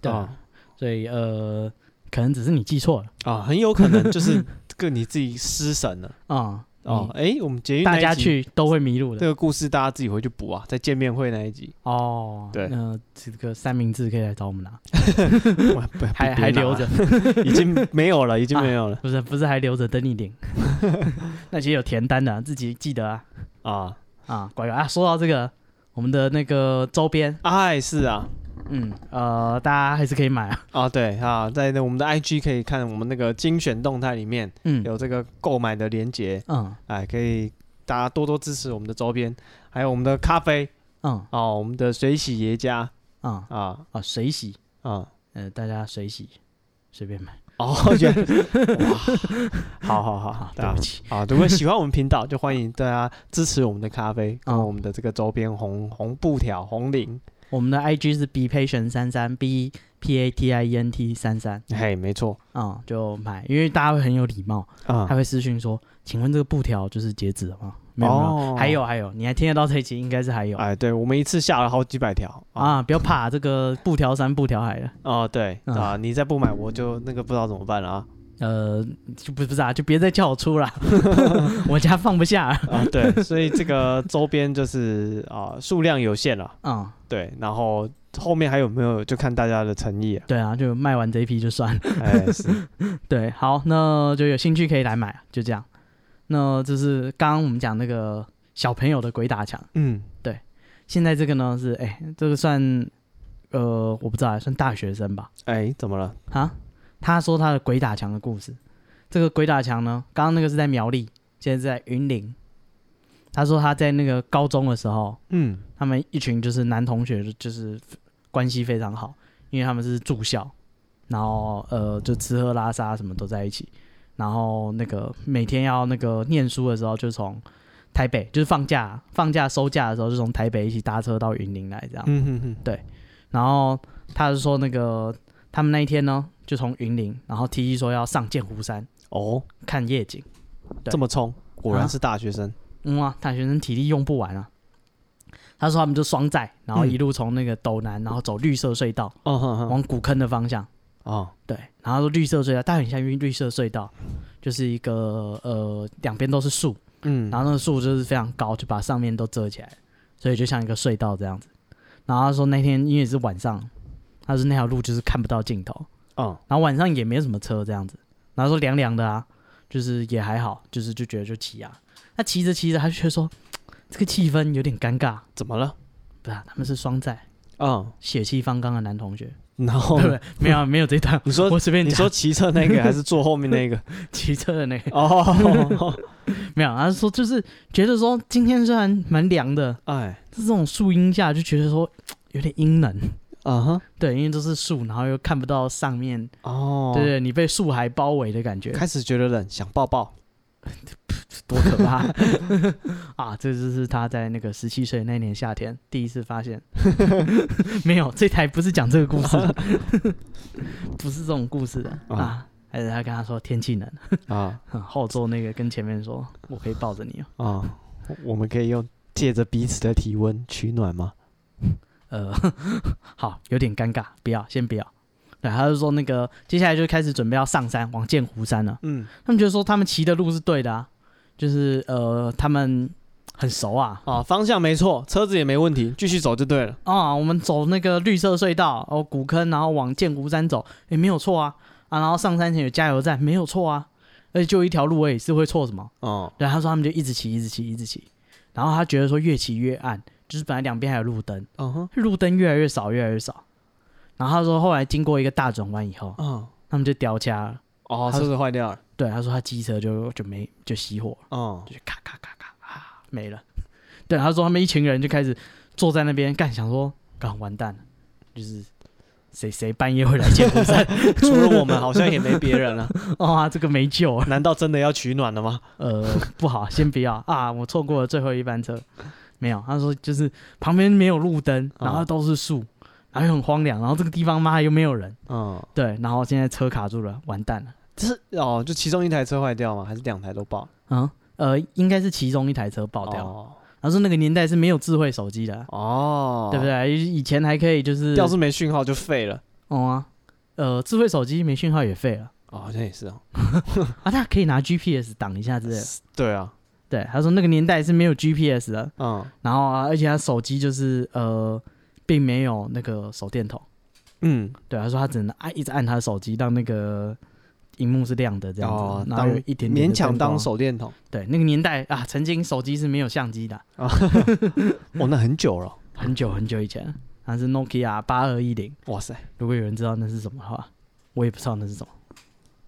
Speaker 3: 对啊、所以呃，可能只是你记错了
Speaker 2: 啊，很有可能就是这个你自己失神 了。
Speaker 3: 啊，
Speaker 2: 哦
Speaker 3: 哦，，哎
Speaker 2: 哎，我们捷运那
Speaker 3: 大
Speaker 2: 一
Speaker 3: 家
Speaker 2: 集
Speaker 3: 去都会迷路
Speaker 2: 这
Speaker 3: 的
Speaker 2: 个故事，大家自己回去补啊，在见面会那一 集
Speaker 3: 哦。
Speaker 2: 对
Speaker 3: 那这个三明治可以来找我们拿，
Speaker 2: 不不
Speaker 3: 还
Speaker 2: 别
Speaker 3: 还
Speaker 2: 拿
Speaker 3: 留着，
Speaker 2: 已经没有了，已经没有了
Speaker 3: 不是不是还留着等你 领，那些有填单的自己记得啊
Speaker 2: 啊！
Speaker 3: 啊，乖乖啊。说到这个，我们的那个周边，
Speaker 2: 哎，是啊，
Speaker 3: 嗯呃，大家还是可以买啊，
Speaker 2: 啊对啊，在我们的 IG 可以看我们那个精选动态里面
Speaker 3: 嗯
Speaker 2: 有这个购买的链接，
Speaker 3: 嗯
Speaker 2: 哎，可以大家多多支持我们的周边，还有我们的咖啡
Speaker 3: 嗯
Speaker 2: 哦，我们的水洗爷家
Speaker 3: 嗯
Speaker 2: 啊
Speaker 3: 啊，水洗，
Speaker 2: 啊
Speaker 3: 呃，大家水洗随便买
Speaker 2: 哦，原来哇，好好好
Speaker 3: 啊
Speaker 2: 好，，
Speaker 3: 对
Speaker 2: 大家
Speaker 3: 不起，
Speaker 2: 啊，如果喜欢我们频道，就欢迎大家支持我们的咖 啡，跟
Speaker 3: 嗯
Speaker 2: 我们的这个周边红红布条、红领。
Speaker 3: 我们的 IG 是 b patient 三三 b p a t i e n t 三三
Speaker 2: 嘿，没错
Speaker 3: 啊，就买，因为大家会很有礼貌，
Speaker 2: 啊
Speaker 3: 他，会私讯说，请问这个布条就是截止了吗？没有没有，
Speaker 2: 哦
Speaker 3: 还有还有，你还听得到这一集，应该是还有
Speaker 2: 哎，对我们一次下了好几百条啊
Speaker 3: 啊，不要怕，这个布条山布条海的，
Speaker 2: 哦，对
Speaker 3: 嗯
Speaker 2: 啊，你再不买我就那个不知道怎么办了啊
Speaker 3: 呃，就不不是啊，就别再叫我出了， 我家放不下啊
Speaker 2: 啊，对，所以这个周边就是啊数量有限了，，
Speaker 3: 嗯
Speaker 2: 对，然后后面还有没有就看大家的诚意了，
Speaker 3: 对啊，就卖完这一批就算了，
Speaker 2: 哎， 是
Speaker 3: 对，好，那就有兴趣可以来买，就这样，那就是刚刚我们讲那个小朋友的鬼打墙。
Speaker 2: 嗯
Speaker 3: 现在这个呢是，哎、这个算，呃，我不知道，算大学生吧？
Speaker 2: 哎，怎么了？
Speaker 3: 啊，他说他的鬼打墙的故事。这个鬼打墙呢，刚刚那个是在苗栗，现在是在云林。他说他在那个高中的时候，
Speaker 2: 嗯
Speaker 3: 他们一群就是男同学，就是关系非常好，因为他们是住校，然后呃，就吃喝拉撒什么都在一起，然后那个每天要那个念书的时候，就从台北，就是放假放假收假的时候，就从台北一起搭车到云林来这样。
Speaker 2: 嗯哼哼，
Speaker 3: 然后他是说那个他们那一天呢，就从云林，然后提议说要上剑湖山
Speaker 2: 哦，
Speaker 3: 看夜景。对
Speaker 2: 这么冲，果
Speaker 3: 啊
Speaker 2: 然是大学生，
Speaker 3: 嗯啊，大学生体力用不完啊。他说他们就双载，然后一路从那个斗南，然后走绿色隧道，
Speaker 2: 哦哼哼，
Speaker 3: 往古坑的方向。
Speaker 2: 哦
Speaker 3: 对，然后绿色隧道，大家很像因为绿色隧道，就是一个呃两边都是树，
Speaker 2: 嗯
Speaker 3: 然后那个树就是非常高，就把上面都遮起来，所以就像一个隧道这样子。然后他说那天因为是晚上，他说那条路就是看不到尽头，
Speaker 2: 嗯
Speaker 3: 然后晚上也没什么车这样子，然后说凉凉的啊，就是也还好，就是就觉得就骑啊。那骑着骑着，他就觉得说这个气氛有点尴尬，
Speaker 2: 怎么了？
Speaker 3: 不是、啊、他们是双载
Speaker 2: 嗯，
Speaker 3: 血气方刚的男同学，
Speaker 2: 然后
Speaker 3: 对不对？没有没有这段，
Speaker 2: 哦 你说
Speaker 3: 我随便
Speaker 2: 你
Speaker 3: 讲
Speaker 2: 说骑车那个还是坐后面 那个？
Speaker 3: 骑车的那个
Speaker 2: 哦，
Speaker 3: 没有，他说就是觉得说今天虽然蛮凉的，
Speaker 2: 哎，
Speaker 3: 这种树荫下就觉得说有点阴冷，
Speaker 2: 啊哈，
Speaker 3: 对，因为都是树，然后又看不到上面，
Speaker 2: 哦，
Speaker 3: 对对，你被树海包围的感觉，
Speaker 2: 开始觉得冷，想抱抱。
Speaker 3: 多可 怕 啊！这就是他在那个十七岁那年夏天第一次发现， 没有，这台不是讲这个故事， 不是这种故事的
Speaker 2: 哦
Speaker 3: 啊。还是他跟他说天气冷，
Speaker 2: 啊
Speaker 3: 后座那个跟前面说，我可以抱着你哦。
Speaker 2: 啊，我们可以用借着彼此的体温取暖吗？
Speaker 3: 呃， 好，有点尴尬，不要，先不要。对，他就说那个接下来就开始准备要上山，往剑湖山了。
Speaker 2: 嗯，
Speaker 3: 他们觉得说他们骑的路是对的啊，就是呃，他们很熟啊。
Speaker 2: 啊，方向没错，车子也没问题，继续走就对了。
Speaker 3: 啊、我们走那个绿色隧道，哦，古坑，然后往剑湖山走，也没有错啊。啊，然后上山前有加油站，没有错啊。而且就一条路而已，是会错什么？
Speaker 2: 哦，
Speaker 3: 对，他说他们就一直骑，一直骑，一直骑，然后他觉得说越骑越暗，就是本来两边还有路灯，
Speaker 2: 嗯哼，
Speaker 3: 路灯越来越少，越来越少。然后他说后来经过一个大转弯以后，
Speaker 2: 嗯，
Speaker 3: 他们就掉掐了。
Speaker 2: 哦，
Speaker 3: 他
Speaker 2: 车子坏掉了，
Speaker 3: 对，他说他机车就就没就熄火了，
Speaker 2: 嗯，
Speaker 3: 就咔咔咔咔啊没了。对，他说他们一群人就开始坐在那边干，想说干完蛋了，就是谁谁半夜会来接火山
Speaker 2: 除了我们好像也没别人 了，
Speaker 3: 哇，这个没救了。
Speaker 2: 难道真的要取暖了吗？
Speaker 3: 呃，不好，先不要啊，我错过了最后一班车。没有，他说就是旁边没有路灯，然后
Speaker 2: 哦
Speaker 3: 都是树，然后又很荒凉，然后这个地方妈又没有人，
Speaker 2: 嗯，
Speaker 3: 对，然后现在车卡住了，完蛋了。
Speaker 2: 这是哦，就其中一台车坏掉吗？还是两台都爆
Speaker 3: 嗯，呃，应该是其中一台车爆掉。
Speaker 2: 哦
Speaker 3: 他说那个年代是没有智慧手机的啊、
Speaker 2: 哦，
Speaker 3: 对不？对？以前还可以就是，
Speaker 2: 要是没讯号就废了。
Speaker 3: 哦啊，呃，智慧手机没讯号也废了
Speaker 2: 哦，好像也是哦。
Speaker 3: 啊，他可以拿 GPS 挡一下之类的。
Speaker 2: 对啊，
Speaker 3: 对，他说那个年代是没有 GPS 的，
Speaker 2: 嗯
Speaker 3: 然后啊，而且他手机就是呃，并没有那个手电筒。
Speaker 2: 嗯，
Speaker 3: 对，他说他只能按一直按他的手机，让那个荧幕是亮的这样子，
Speaker 2: 哦，
Speaker 3: 然后
Speaker 2: 当
Speaker 3: 有一点点的啊
Speaker 2: 勉强
Speaker 3: 灯光
Speaker 2: 当。手电筒。
Speaker 3: 对，那个年代啊，曾经手机是没有相机的，
Speaker 2: 哦，那很久了。
Speaker 3: 很久很久以前，它是 Nokia 八二一零。
Speaker 2: 哇塞，
Speaker 3: 如果有人知道那是什么的话，我也不知道那是什么，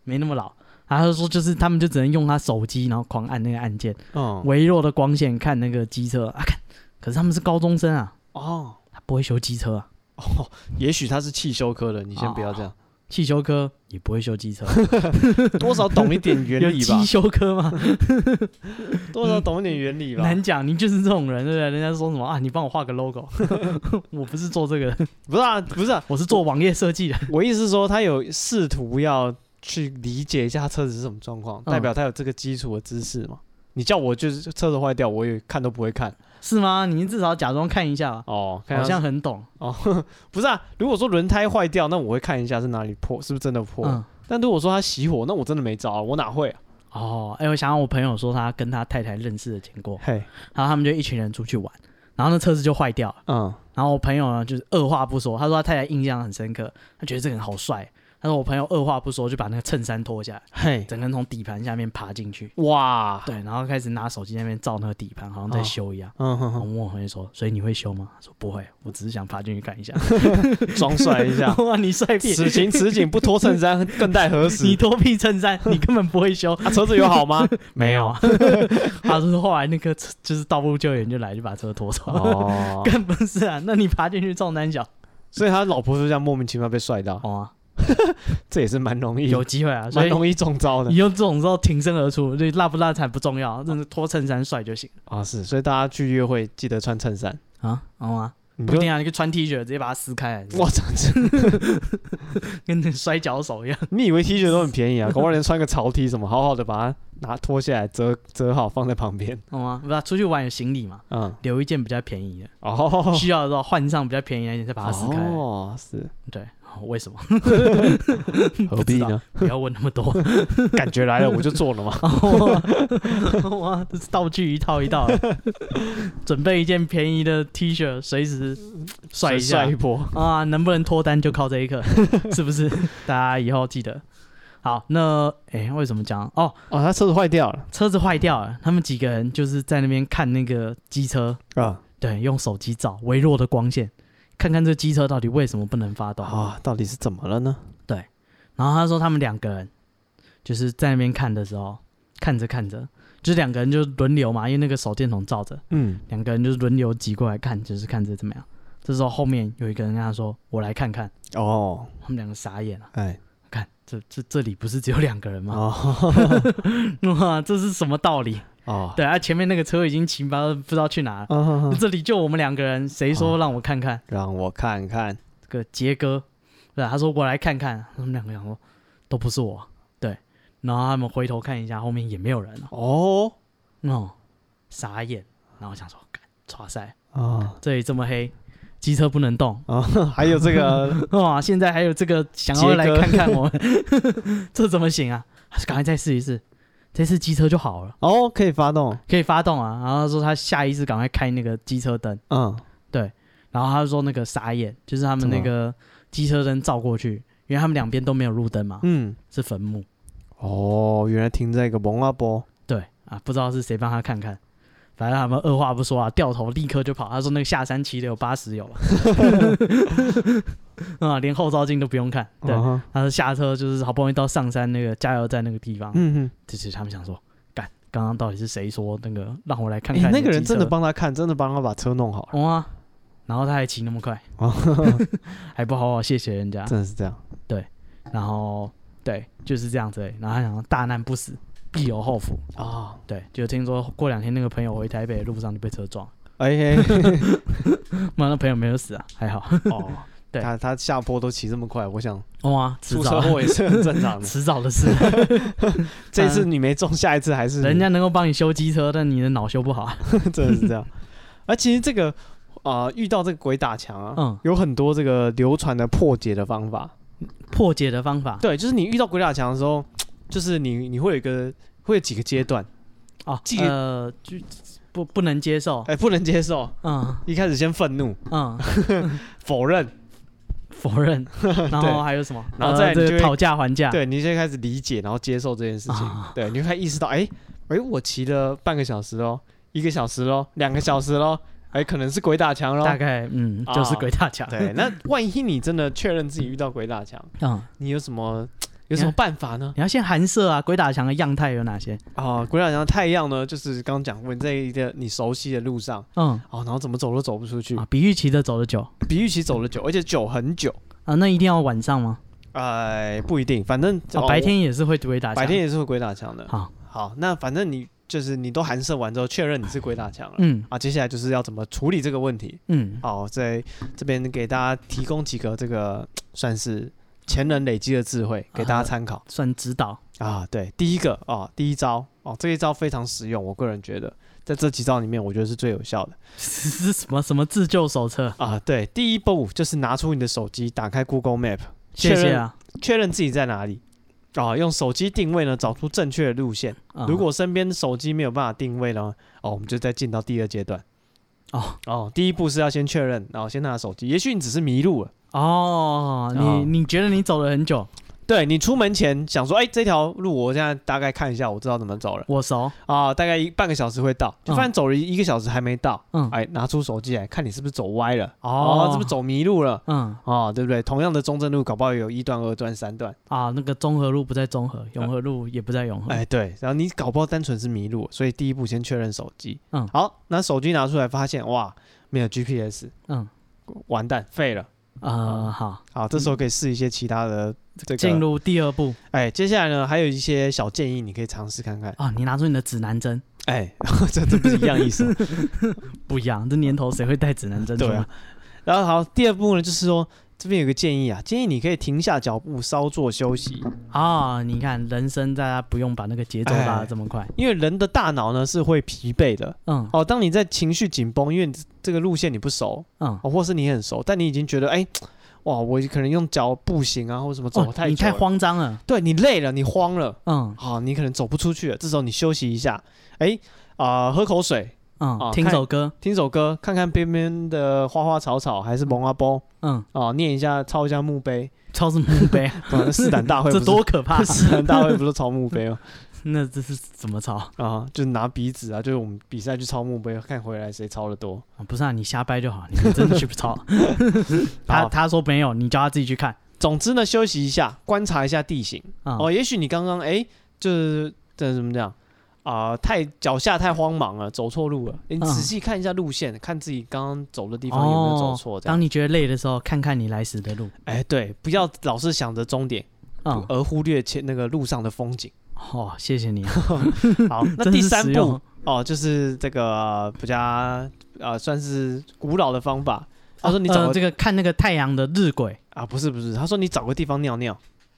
Speaker 3: 没那么老。然后他就说，就是他们就只能用他手机，然后狂按那个按键，
Speaker 2: 嗯，
Speaker 3: 微弱的光线看那个机车啊，看。可是他们是高中生啊，
Speaker 2: 哦
Speaker 3: 他不会修机车啊，
Speaker 2: 哦， 也许他是汽修科的，你先不要这样，
Speaker 3: 汽修科也不会修 机车，
Speaker 2: 多少懂一点原
Speaker 3: 有
Speaker 2: 理吧
Speaker 3: 机，修科吗？
Speaker 2: 多少懂一点原理吧。
Speaker 3: 难讲，你就是这种人，对不对？人家说什么啊？你帮我画个 logo，我不是做这个的，
Speaker 2: 不是啊，不是啊，
Speaker 3: 我是做网页设计的。
Speaker 2: 我意思是说，他有试图要去理解一下车子是什么状况，
Speaker 3: 嗯
Speaker 2: 代表他有这个基础的知识嘛。你叫我就是车子坏掉，我也看都不会看
Speaker 3: 是吗？你至少假装看一下吧，
Speaker 2: 哦，看
Speaker 3: 好
Speaker 2: 一下
Speaker 3: 像很懂。
Speaker 2: 不是啊。如果说轮胎坏掉，那我会看一下是哪里破，是不是真的破。
Speaker 3: 嗯，
Speaker 2: 但如果说他熄火，那我真的没招、啊，我哪会啊？
Speaker 3: 哦，哎、我想到我朋友说他跟他太太认识的经过，
Speaker 2: 嘿，
Speaker 3: 然后他们就一群人出去玩，然后那车子就坏掉了。
Speaker 2: 嗯，
Speaker 3: 然后我朋友呢，就是二话不说，他说他太太印象很深刻，他觉得这个人好帅。他说我朋友二话不说就把那个衬衫脱下来，
Speaker 2: 嘿，
Speaker 3: 整个人从底盘下面爬进去，
Speaker 2: 哇，
Speaker 3: 对，然后开始拿手机在那边照那个底盘，好像在修一样。
Speaker 2: 嗯哼
Speaker 3: 然后
Speaker 2: 哼，
Speaker 3: 我问我朋友说：“所以你会修吗？”他说：“不会，我只是想爬进去看 一下。。
Speaker 2: 装帅一”下
Speaker 3: 哇，你帅屁！
Speaker 2: 此情此景，不脱衬衫更待何
Speaker 3: 你
Speaker 2: 时？
Speaker 3: 脱屁衬衫，你根本不会修。
Speaker 2: 啊，车子有好吗？
Speaker 3: 没有，他说后来那个车就是道路救援就来，就把车拖走。
Speaker 2: 哦，
Speaker 3: 更不是啊，那你爬进去撞三角，
Speaker 2: 所以他老婆就这样莫名其妙被帅到，
Speaker 3: 好啊，
Speaker 2: 这也是蛮容易，
Speaker 3: 有机会啊，所
Speaker 2: 蛮
Speaker 3: 以
Speaker 2: 容易中招的
Speaker 3: 你用这种时候挺身而出，对，辣不辣才不重要，真的脱衬衫帅就行
Speaker 2: 啊。是，所以大家去约会记得穿衬衫，
Speaker 3: 啊，好吗？
Speaker 2: 你
Speaker 3: 不一
Speaker 2: 就
Speaker 3: 定啊，你就穿 T 恤直接把它撕开来，
Speaker 2: 哇，这这，
Speaker 3: 跟那摔跤手一样。
Speaker 2: 你以为 T 恤都很便宜啊？搞不好连穿个潮 T 什么，好好的把它拿脱下来折折 好放在旁边，
Speaker 3: 好吗？不是啊、出去玩有行李嘛，
Speaker 2: 嗯，
Speaker 3: 留一件比较便宜的，
Speaker 2: 哦，
Speaker 3: 需要的时候换上比较便宜的一件再把它撕开来。
Speaker 2: 哦，是
Speaker 3: 对，为什么？
Speaker 2: 何必呢？
Speaker 3: 不要问那么多。 啊
Speaker 2: 感觉来了我就做 了嘛，
Speaker 3: 哇，这是道具一套一 套的，准备一件便宜的 T 恤，随时帅一下
Speaker 2: 帅一波，
Speaker 3: 啊！能不能脱单就靠这一刻， 是不是？大家以后记得。好，那诶，为什么讲？哦，
Speaker 2: 哦，他车子坏掉了
Speaker 3: 车子坏掉了，他们几个人就是在那边看那个机车，
Speaker 2: 啊
Speaker 3: 对，用手机照微弱的光线，看看这机车到底为什么不能发动。
Speaker 2: 啊，到底是怎么了呢？
Speaker 3: 然后他说他们两个人就是在那边看的时候，看着看着，就是两个人就轮流嘛，因为那个手电筒照着，
Speaker 2: 嗯，
Speaker 3: 两个人就是轮流挤过来看，就是看着怎么样。这时候后面有一个人跟他说：“我来看看。
Speaker 2: 哦，”
Speaker 3: 他们两个傻眼了、啊
Speaker 2: 哎，
Speaker 3: 看这这这里不是只有两个人吗？
Speaker 2: 哦
Speaker 3: 哇，这是什么道理？
Speaker 2: 哦，
Speaker 3: 对啊，前面那个车已经骑八不知道去哪了，
Speaker 2: 嗯哼哼
Speaker 3: 这里就我们两个人，谁
Speaker 2: 哦
Speaker 3: 说让我看看？
Speaker 2: 让我看看，
Speaker 3: 这个杰哥，对、他说我来看看。他们两个讲说都不是我，对。然后他们回头看一下，后面也没有人了，
Speaker 2: 哦，
Speaker 3: 哦，傻眼。然后我想说，干，哇塞，
Speaker 2: 啊
Speaker 3: 这里这么黑，机车不能动，
Speaker 2: 啊，还有这 个，
Speaker 3: 哇，现在还有这个想要来
Speaker 2: 杰哥
Speaker 3: 看看我们， 这怎么行啊？他说赶快再试一试，这次机车就好了，
Speaker 2: 哦，可以发动，
Speaker 3: 可以发动啊。然后他说他下一次赶快开那个机车灯，
Speaker 2: 嗯，
Speaker 3: 然后他说那个傻眼，就是他们那个机车灯照过去，因为他们两边都没有路灯嘛，
Speaker 2: 嗯，
Speaker 3: 是坟墓。
Speaker 2: 哦，原来停在一个蒙阿波，
Speaker 3: 对啊，不知道是谁帮他看看，反正他们二话不说啊，掉头立刻就跑。他说那个下山骑的有八 十有吧，啊，连后照镜都不用看。对，
Speaker 2: 嗯哼
Speaker 3: 他说下车就是好不容易到上山那个加油站那个地方，
Speaker 2: 嗯哼，
Speaker 3: 这其实他们想说，干，刚刚到底是谁说那个让我来看
Speaker 2: 哎、
Speaker 3: 看你
Speaker 2: 那
Speaker 3: 机车、
Speaker 2: 个人真的帮他看，真的帮他把车弄好了，
Speaker 3: 哇、啊，然后他还骑那么快，
Speaker 2: 哦
Speaker 3: 还不好好谢谢人 家，
Speaker 2: 真的是这样。
Speaker 3: 然后对，就是这样子而已。然后他想说大难不死，必有后福。
Speaker 2: 啊，
Speaker 3: 对，就听说过两天那个朋友回台北的路上就被车撞，
Speaker 2: 哎、嘿
Speaker 3: 妈那朋友没有死啊，还好。
Speaker 2: 哦，
Speaker 3: 对
Speaker 2: 他他下坡都骑这么快，我想
Speaker 3: 哇、迟
Speaker 2: 出车
Speaker 3: 早
Speaker 2: 祸也是很正 常的。
Speaker 3: 迟早的事，
Speaker 2: 这次你没中，下一次还是你
Speaker 3: 人家能够帮你修机车，但你的脑修不好啊。
Speaker 2: 真的是这样。而其实这个啊、呃遇到这个鬼打墙啊，
Speaker 3: 嗯
Speaker 2: 有很多这个流传的破解的方法。
Speaker 3: 破解的方法
Speaker 2: 对，就是你遇到鬼打墙的时候，就是你你会有一个会有几个阶段，
Speaker 3: 哦
Speaker 2: 记，
Speaker 3: 呃，就不不能接受。
Speaker 2: 哎、不能接受，
Speaker 3: 嗯
Speaker 2: 一开始先愤怒
Speaker 3: 嗯，
Speaker 2: 否认，
Speaker 3: 否认，然后还有什么？
Speaker 2: 然后再
Speaker 3: 呃
Speaker 2: 你
Speaker 3: 这
Speaker 2: 就
Speaker 3: 个
Speaker 2: 会
Speaker 3: 讨价还价。
Speaker 2: 对你先开始理解，然后接受这件事情，
Speaker 3: 啊
Speaker 2: 对，你会意识到，哎、哎、我骑了半个小时喽，一个小时喽，两个小时喽，哎、可能是鬼打墙喽。
Speaker 3: 大概嗯，就是
Speaker 2: 啊
Speaker 3: 鬼打墙。
Speaker 2: 对，那万一你真的确认自己遇到鬼打墙，
Speaker 3: 嗯，
Speaker 2: 你有什么有什么办法呢？
Speaker 3: 你要先寒舍啊，鬼打墙的样态有哪些？
Speaker 2: 啊，鬼打墙的太阳呢，就是刚讲过，你在一个你熟悉的路上，
Speaker 3: 嗯，
Speaker 2: 哦，然后怎么走都走不出去
Speaker 3: 啊，，比预期的走得久
Speaker 2: 比预期走的久，而且久很久。
Speaker 3: 啊，那一定要晚上吗？
Speaker 2: 哎，不一定，反正
Speaker 3: 啊，
Speaker 2: 哦
Speaker 3: 白天也是会鬼打
Speaker 2: 我
Speaker 3: 墙。
Speaker 2: 白天也是会鬼打墙的。
Speaker 3: 好，
Speaker 2: 好，那反正你就是你都寒舍完之后，确认你是鬼打墙了。
Speaker 3: 嗯
Speaker 2: 啊，接下来就是要怎么处理这个问题？
Speaker 3: 嗯，
Speaker 2: 好，在这边给大家提供几个这个算是前人累积的智慧，给
Speaker 3: 啊
Speaker 2: 大家参考。
Speaker 3: 算指导。
Speaker 2: 啊，对，第一个啊、哦，第一招哦，这一招非常实用，我个人觉得在这几招里面，我觉得是最有效的
Speaker 3: 是什么什么自救手册？
Speaker 2: 啊。对，第一步就是拿出你的手机，打开 Google Map，
Speaker 3: 谢
Speaker 2: 确
Speaker 3: 谢
Speaker 2: 认
Speaker 3: 啊。
Speaker 2: 确认自己在哪里啊，用手机定位呢，找出正确的路线。
Speaker 3: 嗯
Speaker 2: 如果身边手机没有办法定位呢，哦，我们就再进到第二阶段。
Speaker 3: 哦
Speaker 2: 哦，第一步是要先确认，然、后先拿手机，也许你只是迷路了。
Speaker 3: 哦，
Speaker 2: 哦
Speaker 3: 你你觉得你走了很久，
Speaker 2: 对你出门前想说，哎、这条路我现在大概看一下，我知道怎么走了
Speaker 3: 我熟。
Speaker 2: 啊，大概一半个小时会到，就发现走了一个小时还没到，
Speaker 3: 嗯
Speaker 2: 哎，拿出手机来看你是不是走歪了，
Speaker 3: 哦
Speaker 2: 是不是走迷路了？
Speaker 3: 嗯
Speaker 2: 哦，对不对？同样的中正路，搞不好有一段、二段、三段。
Speaker 3: 啊，那个中和路不在中和，永和路也不在永和。
Speaker 2: 哎，对，然后你搞不好单纯是迷路，所以第一步先确认手机。
Speaker 3: 嗯
Speaker 2: 好，那手机拿出来发现，哇，没有 GPS，
Speaker 3: 嗯
Speaker 2: 完蛋，废了。
Speaker 3: 啊，好，
Speaker 2: 好，这时候可以试一些其他的这个。
Speaker 3: 嗯进。入第二步
Speaker 2: 哎，接下来呢，还有一些小建议，你可以尝试看看。
Speaker 3: 啊，你拿出你的指南针，
Speaker 2: 哎，这这不是一样意思哦 吗？
Speaker 3: 不一样，这年头谁会带指南针出
Speaker 2: 对
Speaker 3: 门
Speaker 2: 啊？。然后好，第二步呢，就是说这边有个建议啊，建议你可以停下脚步，稍作休息。
Speaker 3: 啊，你看人生，大家不用把那个节奏拉
Speaker 2: 哎
Speaker 3: 得这么快。
Speaker 2: 因为人的大脑呢是会疲惫的。
Speaker 3: 嗯
Speaker 2: 哦，当你在情绪紧绷，因为这个路线你不熟，
Speaker 3: 嗯，
Speaker 2: 哦，或是你很熟，但你已经觉得，哎、哇，我可能用脚步行啊，或什么走
Speaker 3: 哦
Speaker 2: 太久、
Speaker 3: 你太，慌张了。
Speaker 2: 对你累了，你慌了，
Speaker 3: 嗯
Speaker 2: 好、你可能走不出去了。这时候你休息一下，哎、啊、喝口水，
Speaker 3: 嗯，
Speaker 2: 哦
Speaker 3: 听
Speaker 2: 看
Speaker 3: 首歌。
Speaker 2: 听首歌，看看边边的花花草草，还是蒙阿波
Speaker 3: 嗯，
Speaker 2: 哦，念一下，抄一下墓碑，
Speaker 3: 超什么墓碑啊？
Speaker 2: 不然试胆大会不
Speaker 3: 这
Speaker 2: 是
Speaker 3: 多 可怕！
Speaker 2: 试胆大会不是抄墓碑吗？ 哦
Speaker 3: 那这是怎么抄？啊
Speaker 2: 啊，就是拿鼻子啊，就是我们比赛去抄墓碑，看回来谁抄的多。
Speaker 3: 不是啊，你瞎掰就好，你们真的去不 抄。他他说没有，你叫他自己去看。
Speaker 2: 总之呢，休息一下，观察一下地形。
Speaker 3: 啊，
Speaker 2: 哦，也许你刚刚哎，就是这怎么讲啊、太脚下太慌忙了，走错路了。诶你
Speaker 3: 嗯
Speaker 2: 仔细看一下路线，看自己刚刚走的地方有没有走错。这样，
Speaker 3: 哦当你觉得累的时候，看看你来时的路。
Speaker 2: 哎、对，不要老是想着终点，
Speaker 3: 嗯，
Speaker 2: 而忽略前那个路上的风景。
Speaker 3: 哦，谢谢 你啊。
Speaker 2: 好，那
Speaker 3: 真
Speaker 2: 第
Speaker 3: 是
Speaker 2: 三
Speaker 3: 实
Speaker 2: 步
Speaker 3: 用
Speaker 2: 哦，就是这个比较呃，算是古老的方法。他说你找
Speaker 3: 呃
Speaker 2: 个
Speaker 3: 这个看那个太阳的日晷，
Speaker 2: 啊，不是不是，他说你找个地方尿尿。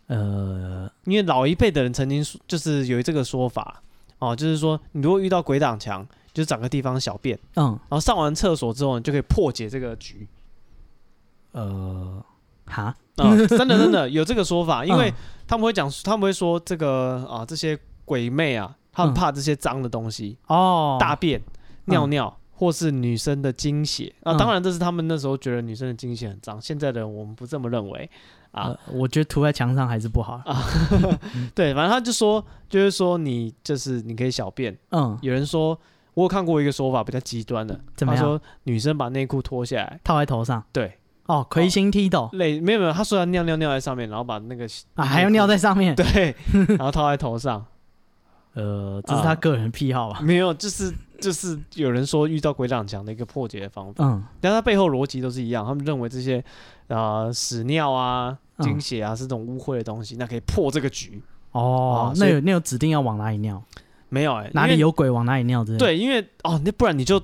Speaker 3: 呃，
Speaker 2: 因为老一辈的人曾经说，就是有这个说法哦，就是说你如果遇到鬼挡墙，就找个地方小便，
Speaker 3: 嗯，
Speaker 2: 然后上完厕所之后，你就可以破解这个 局。
Speaker 3: 呃，哈，
Speaker 2: 啊、真的真的有这个说法，因为
Speaker 3: 嗯
Speaker 2: 他们会讲，他们会说这个啊，这些鬼魅啊，他们
Speaker 3: 嗯
Speaker 2: 怕这些脏的东西，
Speaker 3: 哦，
Speaker 2: 大便、尿尿。或是女生的精血啊，
Speaker 3: 嗯
Speaker 2: 当然这是他们那时候觉得女生的精血很脏，现在的人我们不这么认为啊
Speaker 3: 呃我觉得涂在墙上还是不好。
Speaker 2: 对，反正他就说，就是说你就是你可以小便。
Speaker 3: 嗯，
Speaker 2: 有人说，我有看过一个说法比较极端的，
Speaker 3: 怎么
Speaker 2: 他
Speaker 3: 样
Speaker 2: 说女生把内裤脱下来，
Speaker 3: 套在头上。
Speaker 2: 对，
Speaker 3: 哦，魁星踢斗
Speaker 2: 累没有没有，他说要尿尿尿在上面，然后把那个
Speaker 3: 啊，还要尿在上 面。
Speaker 2: 对，然后套在头上，
Speaker 3: 呃，这是他个人癖好吧？
Speaker 2: 没有，就是就是有人说遇到鬼挡墙的一个破解的方法，
Speaker 3: 嗯，
Speaker 2: 但他背后逻辑都是一样，他们认为这些啊屎尿啊、
Speaker 3: 嗯
Speaker 2: 精血啊是这种污秽的东西，那可以破这个局。
Speaker 3: 哦
Speaker 2: 啊，
Speaker 3: 那
Speaker 2: 所以
Speaker 3: 有那有指定要往哪里尿，
Speaker 2: 没有哎、
Speaker 3: 哪里
Speaker 2: 因为？
Speaker 3: 有鬼往哪里尿之类的。，
Speaker 2: 对，因为哦，那不然你就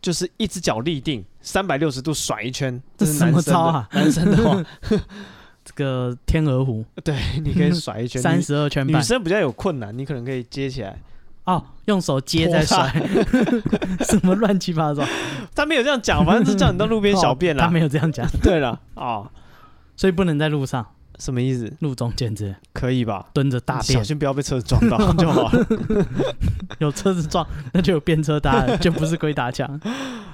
Speaker 2: 就是一只脚立定，三百六十度甩一圈，
Speaker 3: 这
Speaker 2: 是
Speaker 3: 什么
Speaker 2: 男生
Speaker 3: 招
Speaker 2: 的
Speaker 3: 啊？
Speaker 2: 男生的话，
Speaker 3: 这个天鹅湖
Speaker 2: 对，你可以甩一 圈。
Speaker 3: 三
Speaker 2: 女
Speaker 3: 十二圈
Speaker 2: 女
Speaker 3: 半
Speaker 2: 生比较有困难，你可能可以接起来。
Speaker 3: 哦，用手接再
Speaker 2: 拖
Speaker 3: 甩
Speaker 2: 拉，
Speaker 3: 什么乱七八 糟？
Speaker 2: 他没有这样讲，反正就叫你到路边小便
Speaker 3: 哦他
Speaker 2: 啦。
Speaker 3: 没有这样讲，
Speaker 2: 对了，哦，
Speaker 3: 所以不能在路上、
Speaker 2: 什么意思？
Speaker 3: 路中间之类
Speaker 2: 可以吧？
Speaker 3: 蹲着大
Speaker 2: 小
Speaker 3: 便，
Speaker 2: 心不要被车子撞到就 好了。
Speaker 3: 有车子撞， 那就有便车搭了，就不是鬼打墙。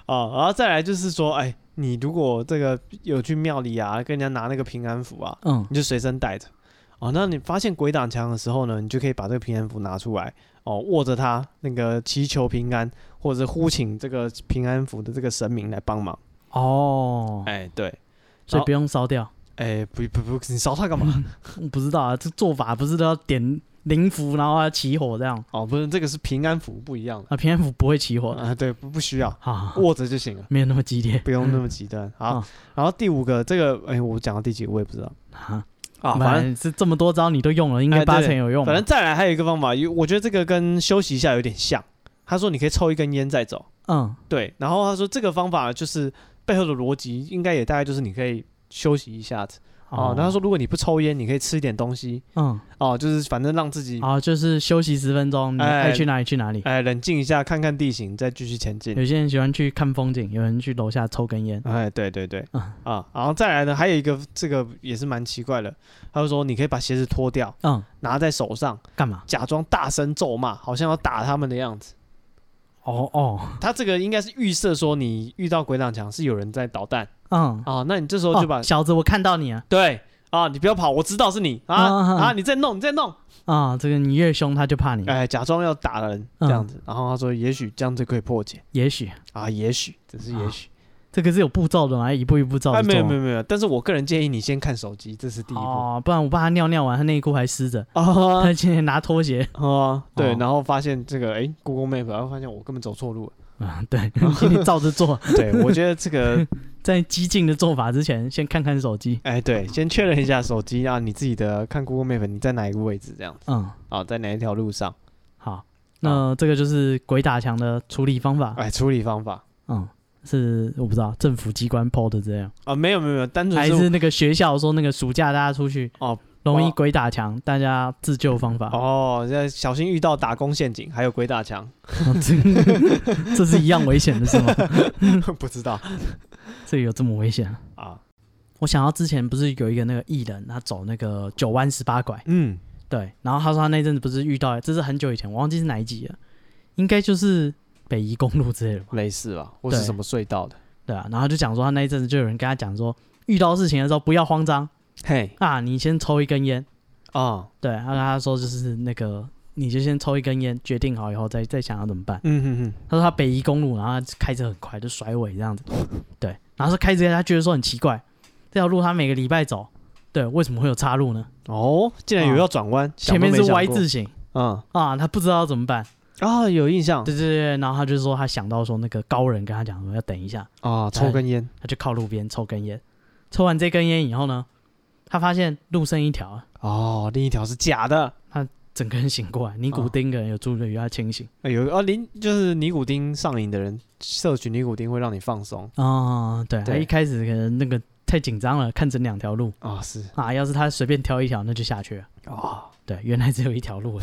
Speaker 2: 哦，然后再来就是说，哎，你如果这个有去庙里啊，跟人家拿那个平安符啊，
Speaker 3: 嗯，
Speaker 2: 你就随身带着。哦，那你发现鬼挡墙的时候呢，你就可以把这个平安符拿出来，哦，握着它，那个祈求平安，或者是呼请这个平安符的这个神明来帮忙。
Speaker 3: 哦，
Speaker 2: 哎，对，
Speaker 3: 所以不用烧掉。
Speaker 2: 哎，不不不，你烧它干嘛？
Speaker 3: 我不知道啊，这做法不是都要点灵符，然后要起火这样
Speaker 2: 哦，不是，这个是平安符不一样的。
Speaker 3: 啊？平安符不会起火的
Speaker 2: 啊，对，不不需要，
Speaker 3: 啊，
Speaker 2: 握着就行了，
Speaker 3: 没有那么激烈
Speaker 2: 不用那么极端。好
Speaker 3: 嗯，
Speaker 2: 然后第五个，这个哎，我讲到第几个我也不知道
Speaker 3: 啊。
Speaker 2: 啊，
Speaker 3: 反
Speaker 2: 反正。
Speaker 3: 正是这么多招你都用了，应该
Speaker 2: 哎
Speaker 3: 八
Speaker 2: 对
Speaker 3: 成有用吧。
Speaker 2: 反正再来还有一个方法，有我觉得这个跟休息一下有点像。他说你可以抽一根烟再走，
Speaker 3: 嗯，
Speaker 2: 对，然后他说这个方法就是背后的逻辑，应该也大概就是你可以休息一下子哦。然后他说如果你不抽烟，你可以吃一点东西
Speaker 3: 嗯，
Speaker 2: 哦，就是反正让自己
Speaker 3: 啊，就是休息十分钟，你
Speaker 2: 哎
Speaker 3: 爱去哪里去哪里。
Speaker 2: 哎冷静一下，看看地形，再继续前进。
Speaker 3: 有些人喜欢去看风景，有人去楼下抽根烟。
Speaker 2: 哎，对对对，
Speaker 3: 嗯
Speaker 2: 啊，然后再来呢，还有一个这个也是蛮奇怪的，他就说你可以把鞋子脱掉，
Speaker 3: 嗯，
Speaker 2: 拿在手上，
Speaker 3: 干嘛？
Speaker 2: 假装大声咒骂，好像要打他们的样子。
Speaker 3: 哦哦，
Speaker 2: 他这个应该是预设说你遇到鬼挡墙是有人在捣蛋
Speaker 3: 嗯，
Speaker 2: 啊，那你这时候就把、
Speaker 3: 哦小子，我看到你啊！
Speaker 2: 对啊，你不要跑，我知道是你啊
Speaker 3: 啊啊啊嗯
Speaker 2: 啊，你在弄，你在弄，
Speaker 3: 啊，这个你越凶，他就怕你。
Speaker 2: 哎，假装要打人
Speaker 3: 嗯
Speaker 2: 这样子。然后他说，也许这样就可以破解
Speaker 3: 也许啊
Speaker 2: 啊，也许只是也许，
Speaker 3: 这个是有步骤的嘛，一步一步照
Speaker 2: 哎，
Speaker 3: 着做。
Speaker 2: 没有没有没有，但是我个人建议你先看手机，这是第一步
Speaker 3: 哦，不然我怕他尿尿完，他内裤还湿着，
Speaker 2: 啊
Speaker 3: 他今天拿 拖鞋。
Speaker 2: 啊，对，
Speaker 3: 哦
Speaker 2: 然后发现这个哎，Google Map，然后发现我根本走错路了。
Speaker 3: 啊，对，请你照着做，
Speaker 2: 对，我觉得这个
Speaker 3: 在激进的做法之前，先看看手机。
Speaker 2: 哎，对，先确认一下手机啊，你自己的看 Google Map 你在哪一个位置这样子
Speaker 3: 嗯，
Speaker 2: 啊，在哪一条路上，
Speaker 3: 好，那这个就是鬼打墙的处理方法。
Speaker 2: 哎，处理方法。
Speaker 3: 嗯，是我不知道政府机关 PO 的这样，
Speaker 2: 啊，没有没有没有，单纯
Speaker 3: 还是那个学校说那个暑假大家出去
Speaker 2: 哦
Speaker 3: 容易
Speaker 2: 哦
Speaker 3: 鬼打墙，大家自救方法。
Speaker 2: 哦，要小心遇到打工陷阱，还有鬼打 墙，
Speaker 3: 这这是一样危险的 是吗？
Speaker 2: 不知道
Speaker 3: 这有这么危险啊？
Speaker 2: 啊。
Speaker 3: 我想到之前不是有一个那个艺人，他走那个九弯十八拐，
Speaker 2: 嗯，
Speaker 3: 对，然后他说他那阵子不是遇到，这是很久以前，我忘记是哪一集了，应该就是北宜公路之类的吧，
Speaker 2: 类似吧，或是
Speaker 3: 对
Speaker 2: 什么隧道的。
Speaker 3: 对啊，然后他就讲说他那一阵子就有人跟他讲说，遇到事情的时候不要慌张
Speaker 2: 嘿
Speaker 3: 啊，你先抽一根烟，
Speaker 2: 啊，
Speaker 3: 对，他跟他说就是那个，你就先抽一根烟，决定好以后再再想要怎么办。
Speaker 2: 嗯哼哼，
Speaker 3: 他说他北宜公路，然后他开车很快，就甩尾这样子。 对，然后说开车他觉得说很奇怪，这条路他每个礼拜走，对，为什么会有岔路呢？
Speaker 2: 哦，竟然有要转弯，想
Speaker 3: 啊前
Speaker 2: 都没
Speaker 3: 面是
Speaker 2: 想
Speaker 3: Y
Speaker 2: 过
Speaker 3: 字，形
Speaker 2: 嗯
Speaker 3: 啊，他不知道要怎么办。
Speaker 2: 啊，有印象
Speaker 3: 对对对，然后他就说他想到说那个高人跟他讲说要等一下，
Speaker 2: 啊，抽根烟，
Speaker 3: 他就靠路边抽根烟，抽完这根烟以后呢，他发现路剩一条，
Speaker 2: 哦，另一条是假的，
Speaker 3: 整个人醒过来，尼古丁的人有助于他清醒
Speaker 2: 哎有啊，林就是尼古丁上瘾的人，摄取尼古丁会让你放松
Speaker 3: 哦，对，他
Speaker 2: 对
Speaker 3: 一开始可能那个太紧张了，看整两条路
Speaker 2: 啊，是
Speaker 3: 啊，要是他随便挑一条，那就下去了。
Speaker 2: 啊，
Speaker 3: 对，原来只有一条 路而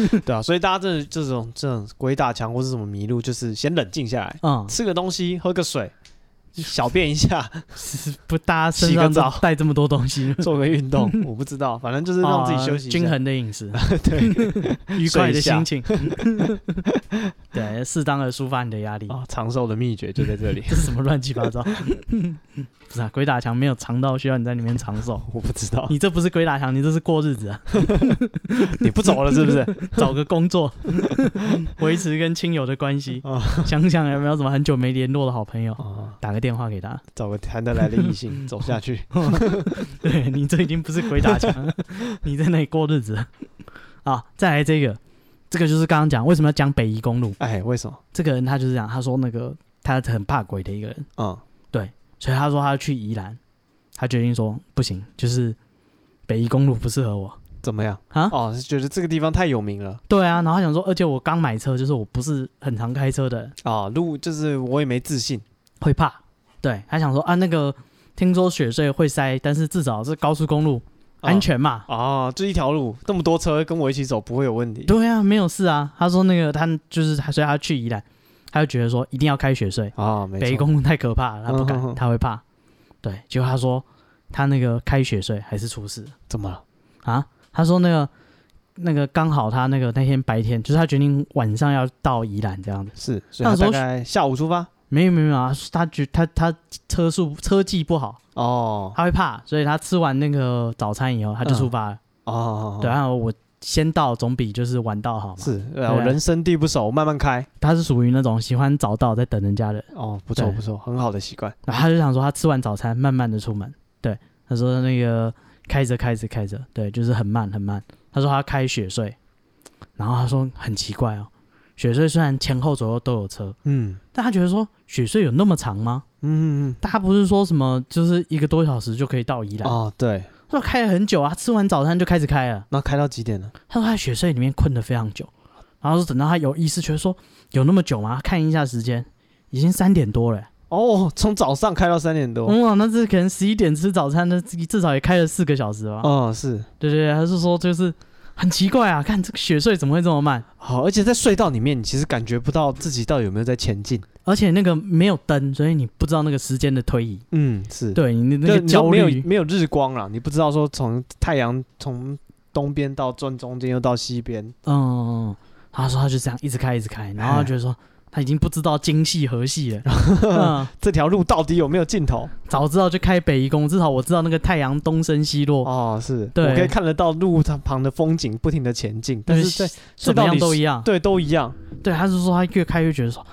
Speaker 3: 已。
Speaker 2: 对啊，所以大家真的这种这种鬼打墙或是什么迷路，就是先冷静下来，
Speaker 3: 嗯，
Speaker 2: 吃个东西，喝个水，小便一下，
Speaker 3: 是不大家身
Speaker 2: 洗个
Speaker 3: 上都
Speaker 2: 澡
Speaker 3: 带这么多东 西，
Speaker 2: 做个运动，我不知道，反正就是让自己休息一
Speaker 3: 啊
Speaker 2: 下
Speaker 3: 均。衡的饮 食，
Speaker 2: 对，
Speaker 3: 愉
Speaker 2: 睡
Speaker 3: 快的
Speaker 2: 一下
Speaker 3: 心情， 对，适当的抒发你的压力。
Speaker 2: 啊，长寿的秘诀就在这里。
Speaker 3: 这 是什么乱七八糟？不是啊，鬼打墙没有藏到需要你在里面长寿。
Speaker 2: 我不知道，
Speaker 3: 你这不是鬼打墙，你这是过日子啊！
Speaker 2: 你不走了是不 是？
Speaker 3: 找个工作，维持跟亲友的关系
Speaker 2: 啊。
Speaker 3: 想想有没有什么很久没联络的好朋友，
Speaker 2: 啊，
Speaker 3: 打个电话给他。
Speaker 2: 找个谈得来的异 性走下去。
Speaker 3: 对你这已经不是鬼打墙了，你在那里过日子啊！再来这个，这个就是刚刚讲为什么要讲北宜公路。
Speaker 2: 哎，为什么？
Speaker 3: 这个人他就是讲，他说那个他很怕鬼的一个人，
Speaker 2: 嗯，
Speaker 3: 所以他说他要去宜兰，他决定说不行，就是北宜公路不适合我。
Speaker 2: 怎么样
Speaker 3: 啊
Speaker 2: 哦，是觉得这个地方太有名了
Speaker 3: 对啊，然后他想说，而且我刚买车，就是我不是很常开车的人，
Speaker 2: 啊，路就是我也没自信
Speaker 3: 会怕。对他想说啊，那个听说雪隧会塞，但是至少是高速公路，
Speaker 2: 啊
Speaker 3: 安全嘛。
Speaker 2: 哦，就一条路，这么多车跟我一起走不会有问题。
Speaker 3: 对啊，没有事啊。他说那个他就是，所以他去宜兰，他就觉得说一定要开雪隧，
Speaker 2: 啊，没
Speaker 3: 北宜
Speaker 2: 错。
Speaker 3: 公路太可怕了，他
Speaker 2: 嗯
Speaker 3: 不
Speaker 2: 哼
Speaker 3: 敢，
Speaker 2: 哼
Speaker 3: 他会怕。对，结果他说他那个开雪隧还是出事了。
Speaker 2: 怎么了？
Speaker 3: 啊，他说那个那个刚好他那个那天白天，就是他决定晚上要到宜兰这样子。
Speaker 2: 是，所以他
Speaker 3: 那时
Speaker 2: 大
Speaker 3: 候
Speaker 2: 概下午出发。
Speaker 3: 没有没有没有啊，他觉他他车速车技不好，
Speaker 2: 哦
Speaker 3: 他会怕，所以他吃完那个早餐以后他就出发了。
Speaker 2: 哦，
Speaker 3: 对，然后我先到总比就是晚到好嘛。
Speaker 2: 是，呃，我
Speaker 3: 对啊
Speaker 2: 人生地不熟，慢慢开。
Speaker 3: 他是属于那种喜欢早到在等人家的人，
Speaker 2: 哦，不错
Speaker 3: 对
Speaker 2: 不错，很好的习惯。
Speaker 3: 然后他就想说他吃完早餐慢慢的出门。对，他说那个开着开着开着，对，就是很慢很慢。他说他开雪隧，然后他说很奇怪哦，雪隧虽然前后左右都有车，
Speaker 2: 嗯
Speaker 3: 但他觉得说雪隧有那么长吗？
Speaker 2: 嗯嗯
Speaker 3: 大家不是说什么就是一个多小时就可以到宜
Speaker 2: 嗯，
Speaker 3: 兰？
Speaker 2: 哦对，
Speaker 3: 他说开了很久啊，吃完早餐就开始开了。
Speaker 2: 那开到几点呢？
Speaker 3: 他说他在雪隧里面困得非常久，然后说等到他有意识，觉得说有那么久吗？看一下时间，已经三点多了、
Speaker 2: 哦，从早上开到三点多。
Speaker 3: 嗯、那这可能十一点吃早餐，那至少也开了四个小时吧？
Speaker 2: 哦，是，
Speaker 3: 对对对，他是说就是很奇怪啊，看这个雪隧怎么会这么慢？
Speaker 2: 好，而且在隧道里面，你其实感觉不到自己到底有没有在前进。
Speaker 3: 而且那个没有灯，所以你不知道那个时间的推移。
Speaker 2: 嗯，是，
Speaker 3: 对你那
Speaker 2: 就
Speaker 3: 个
Speaker 2: 你说
Speaker 3: 焦
Speaker 2: 没有
Speaker 3: 虑，
Speaker 2: 没有日光啦，你不知道说从太阳从东边到转中间又到西边，
Speaker 3: 嗯，他说他就这样一直开一直开，然后他觉得说他已经不知道精细何细 了，嗯，
Speaker 2: 这条路到底有没有尽头？
Speaker 3: 早知道就开北宜宫，至少我知道那个太阳东升西落，
Speaker 2: 哦，是，
Speaker 3: 对
Speaker 2: 我可以看得到路旁的风景不停的前进，但
Speaker 3: 但
Speaker 2: 是在
Speaker 3: 是怎么样都一样。
Speaker 2: 对都一样
Speaker 3: 对，他是说他越开越觉得说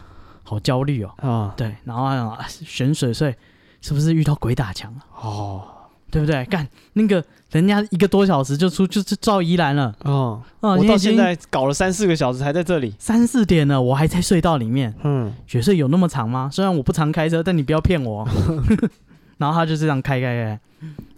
Speaker 3: 好焦虑哦，
Speaker 2: 啊，
Speaker 3: 对，然后他想啊选水税是不是遇到鬼打墙了？
Speaker 2: 哦，
Speaker 3: 对不对？干那个人家一个多小时就出就就到宜兰了，
Speaker 2: 哦，
Speaker 3: 啊、
Speaker 2: 我
Speaker 3: 你
Speaker 2: 到
Speaker 3: 已经
Speaker 2: 现在搞了三四个小时还在这里，
Speaker 3: 三四点了，我还在隧道里面。
Speaker 2: 嗯，
Speaker 3: 雪隧有那么长吗？虽然我不常开车，但你不要骗我。哦 然后他就这样开开开，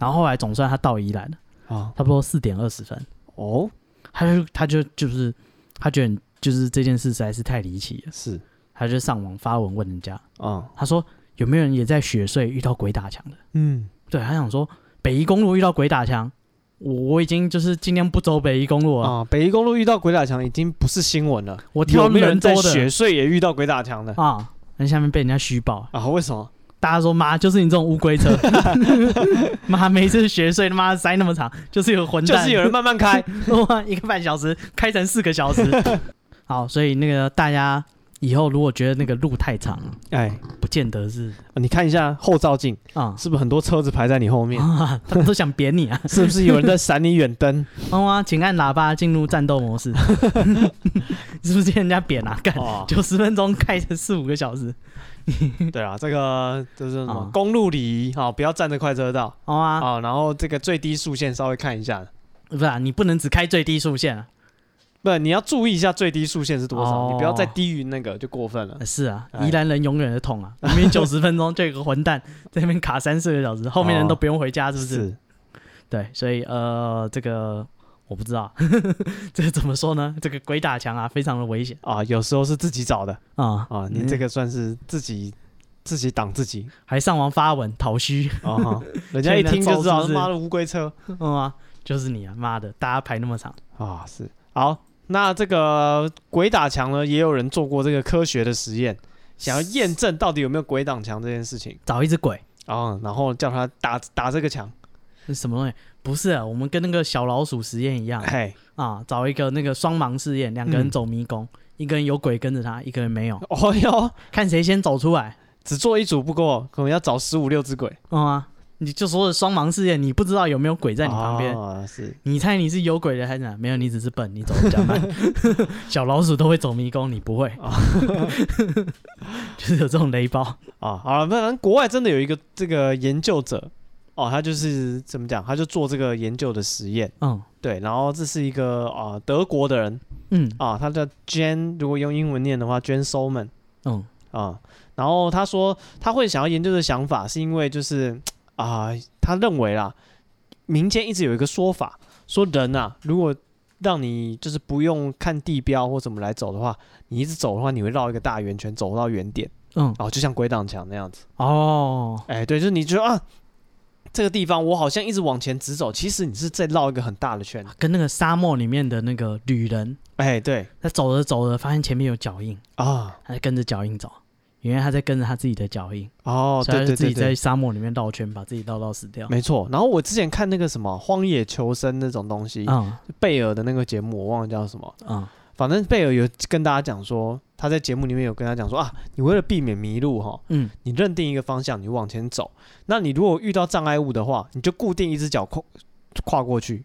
Speaker 3: 然后后来总算他到宜兰了，
Speaker 2: 啊，
Speaker 3: 差不多四点二十分，
Speaker 2: 哦，
Speaker 3: 他就他就就是他觉得就是这件事实在是太离奇了，
Speaker 2: 是，
Speaker 3: 他就上网发文问人家，
Speaker 2: 啊，
Speaker 3: 他说有没有人也在雪隧遇到鬼打墙的？
Speaker 2: 嗯，
Speaker 3: 对他想说北宜公路遇到鬼打墙，我我已经就是尽量不走北宜公路了，
Speaker 2: 啊，北宜公路遇到鬼打墙已经不是新闻了，
Speaker 3: 我挑
Speaker 2: 有没有人
Speaker 3: 人
Speaker 2: 在
Speaker 3: 多
Speaker 2: 雪
Speaker 3: 的
Speaker 2: 隧也遇到鬼打墙的
Speaker 3: 啊。那下面被人家虚报，
Speaker 2: 啊？为什么？
Speaker 3: 大家说妈，就是你这种乌 龟车， 妈每次学税他妈塞那么长，就是有混
Speaker 2: 就
Speaker 3: 蛋，
Speaker 2: 是有人慢慢 开，
Speaker 3: 哇一个半小时开成四个小时。 好，所以那个大家以后如果觉得那个路太长了，
Speaker 2: 哎，
Speaker 3: 不见得是
Speaker 2: 你看一下后照镜，
Speaker 3: 啊。
Speaker 2: 是不是很多车子排在你后面？
Speaker 3: 啊，他们都想扁你 啊！
Speaker 2: 是不是有人在闪你远 灯？
Speaker 3: 哇、啊，请按喇叭进入战斗模式。 是不是人家扁啊？ 干
Speaker 2: 哦，
Speaker 3: 九十分钟开成四五个小时，
Speaker 2: 对啊，这个就是什么
Speaker 3: 啊
Speaker 2: 公路礼仪啊，不要占着快车道
Speaker 3: 好、啊，
Speaker 2: 啊，然后这个最低速线稍微看一下，
Speaker 3: 不是啊，你不能只开最低速线啊。
Speaker 2: 不，你要注意一下最低速线是多少，
Speaker 3: 哦
Speaker 2: 你不要再低于那个就过分了
Speaker 3: 呃。是啊，
Speaker 2: 哎
Speaker 3: 宜兰人永远的痛啊！ 明明九十分钟就有个混蛋在那边卡三四个 小时，后面人都不用回家，是不哦是？对，所以呃，这个我不知道， 这个怎么说呢？这个鬼打墙啊，非常的危险
Speaker 2: 啊，有时候是自己找的
Speaker 3: 啊
Speaker 2: 啊，你这
Speaker 3: 个
Speaker 2: 个算是自己自己挡自己
Speaker 3: 还上网发文讨虚，
Speaker 2: 啊，哈人家一 听就知道他
Speaker 3: 欠人家揍是不是
Speaker 2: 妈的乌龟车
Speaker 3: 嗯啊，就是你啊，妈的，大家排那么长，
Speaker 2: 啊，是好。那这个鬼打墙呢，也有人做过这个科学的实验，想要验证到底有没有鬼挡墙这件事情
Speaker 3: 找一只鬼，
Speaker 2: 啊、然后叫他打打这个墙，
Speaker 3: 是什么东西？不是、啊，我们跟那个小老鼠实验一样
Speaker 2: 嘿，
Speaker 3: 啊，找一个那个双盲试验，两个人
Speaker 2: 嗯
Speaker 3: 走迷宫，一个人有鬼跟着他，一个人没有，
Speaker 2: 哦哟，
Speaker 3: 看谁先走出来，
Speaker 2: 只做一组不够，可能要找十五六只鬼
Speaker 3: 嗯啊，你就说的双盲试验，你不知道有没有鬼在你旁边。
Speaker 2: 啊是
Speaker 3: 你猜你是有鬼的还是哪？没有，你只是笨，你走的比较慢。 小老鼠都会走迷宫，你不会， 就是有这种雷包。
Speaker 2: 啊，好了，那国外真的有一个这个研究者哦，他就是怎么讲，他就做这个研究的实验，
Speaker 3: 嗯
Speaker 2: 对，然后这是一个啊、德国的人
Speaker 3: 嗯
Speaker 2: 啊，他叫 Jan，如果用英文念的话，Jan Solman
Speaker 3: 嗯
Speaker 2: 啊，然后他说他会想要研究的想法，是因为就是啊、他认为啦，民间一直有一个说法，说人啊，如果让你就是不用看地标或怎么来走的话，你一直走的话，你会绕一个大圆圈走到原点，
Speaker 3: 嗯，
Speaker 2: 哦，就像鬼挡墙那样子。
Speaker 3: 哦，
Speaker 2: 哎，对，就是你觉得啊，这个地方我好像一直往前直走，其实你是在绕一个很大的圈。
Speaker 3: 跟那个沙漠里面的那个旅人，
Speaker 2: 哎，对
Speaker 3: 他走着走着发现前面有脚印，
Speaker 2: 啊，
Speaker 3: 他就跟着脚印走，因为他在跟着他自己的脚印，
Speaker 2: 哦，
Speaker 3: 所以
Speaker 2: 对
Speaker 3: 他就
Speaker 2: 对
Speaker 3: 自
Speaker 2: 对
Speaker 3: 己在
Speaker 2: 对，
Speaker 3: 沙漠里面绕圈，把自己绕到死掉。
Speaker 2: 没错。然后我之前看那个什么《荒野求生》那种东西，
Speaker 3: 嗯
Speaker 2: 贝尔的那个节目，我忘了叫什么，
Speaker 3: 嗯
Speaker 2: 反正贝尔有跟大家讲说，他在节目里面有跟他讲说啊，你为了避免迷路哈，
Speaker 3: 嗯
Speaker 2: 你认定一个方向，你往前走。那你如果遇到障碍物的话，你就固定一只脚跨跨过去。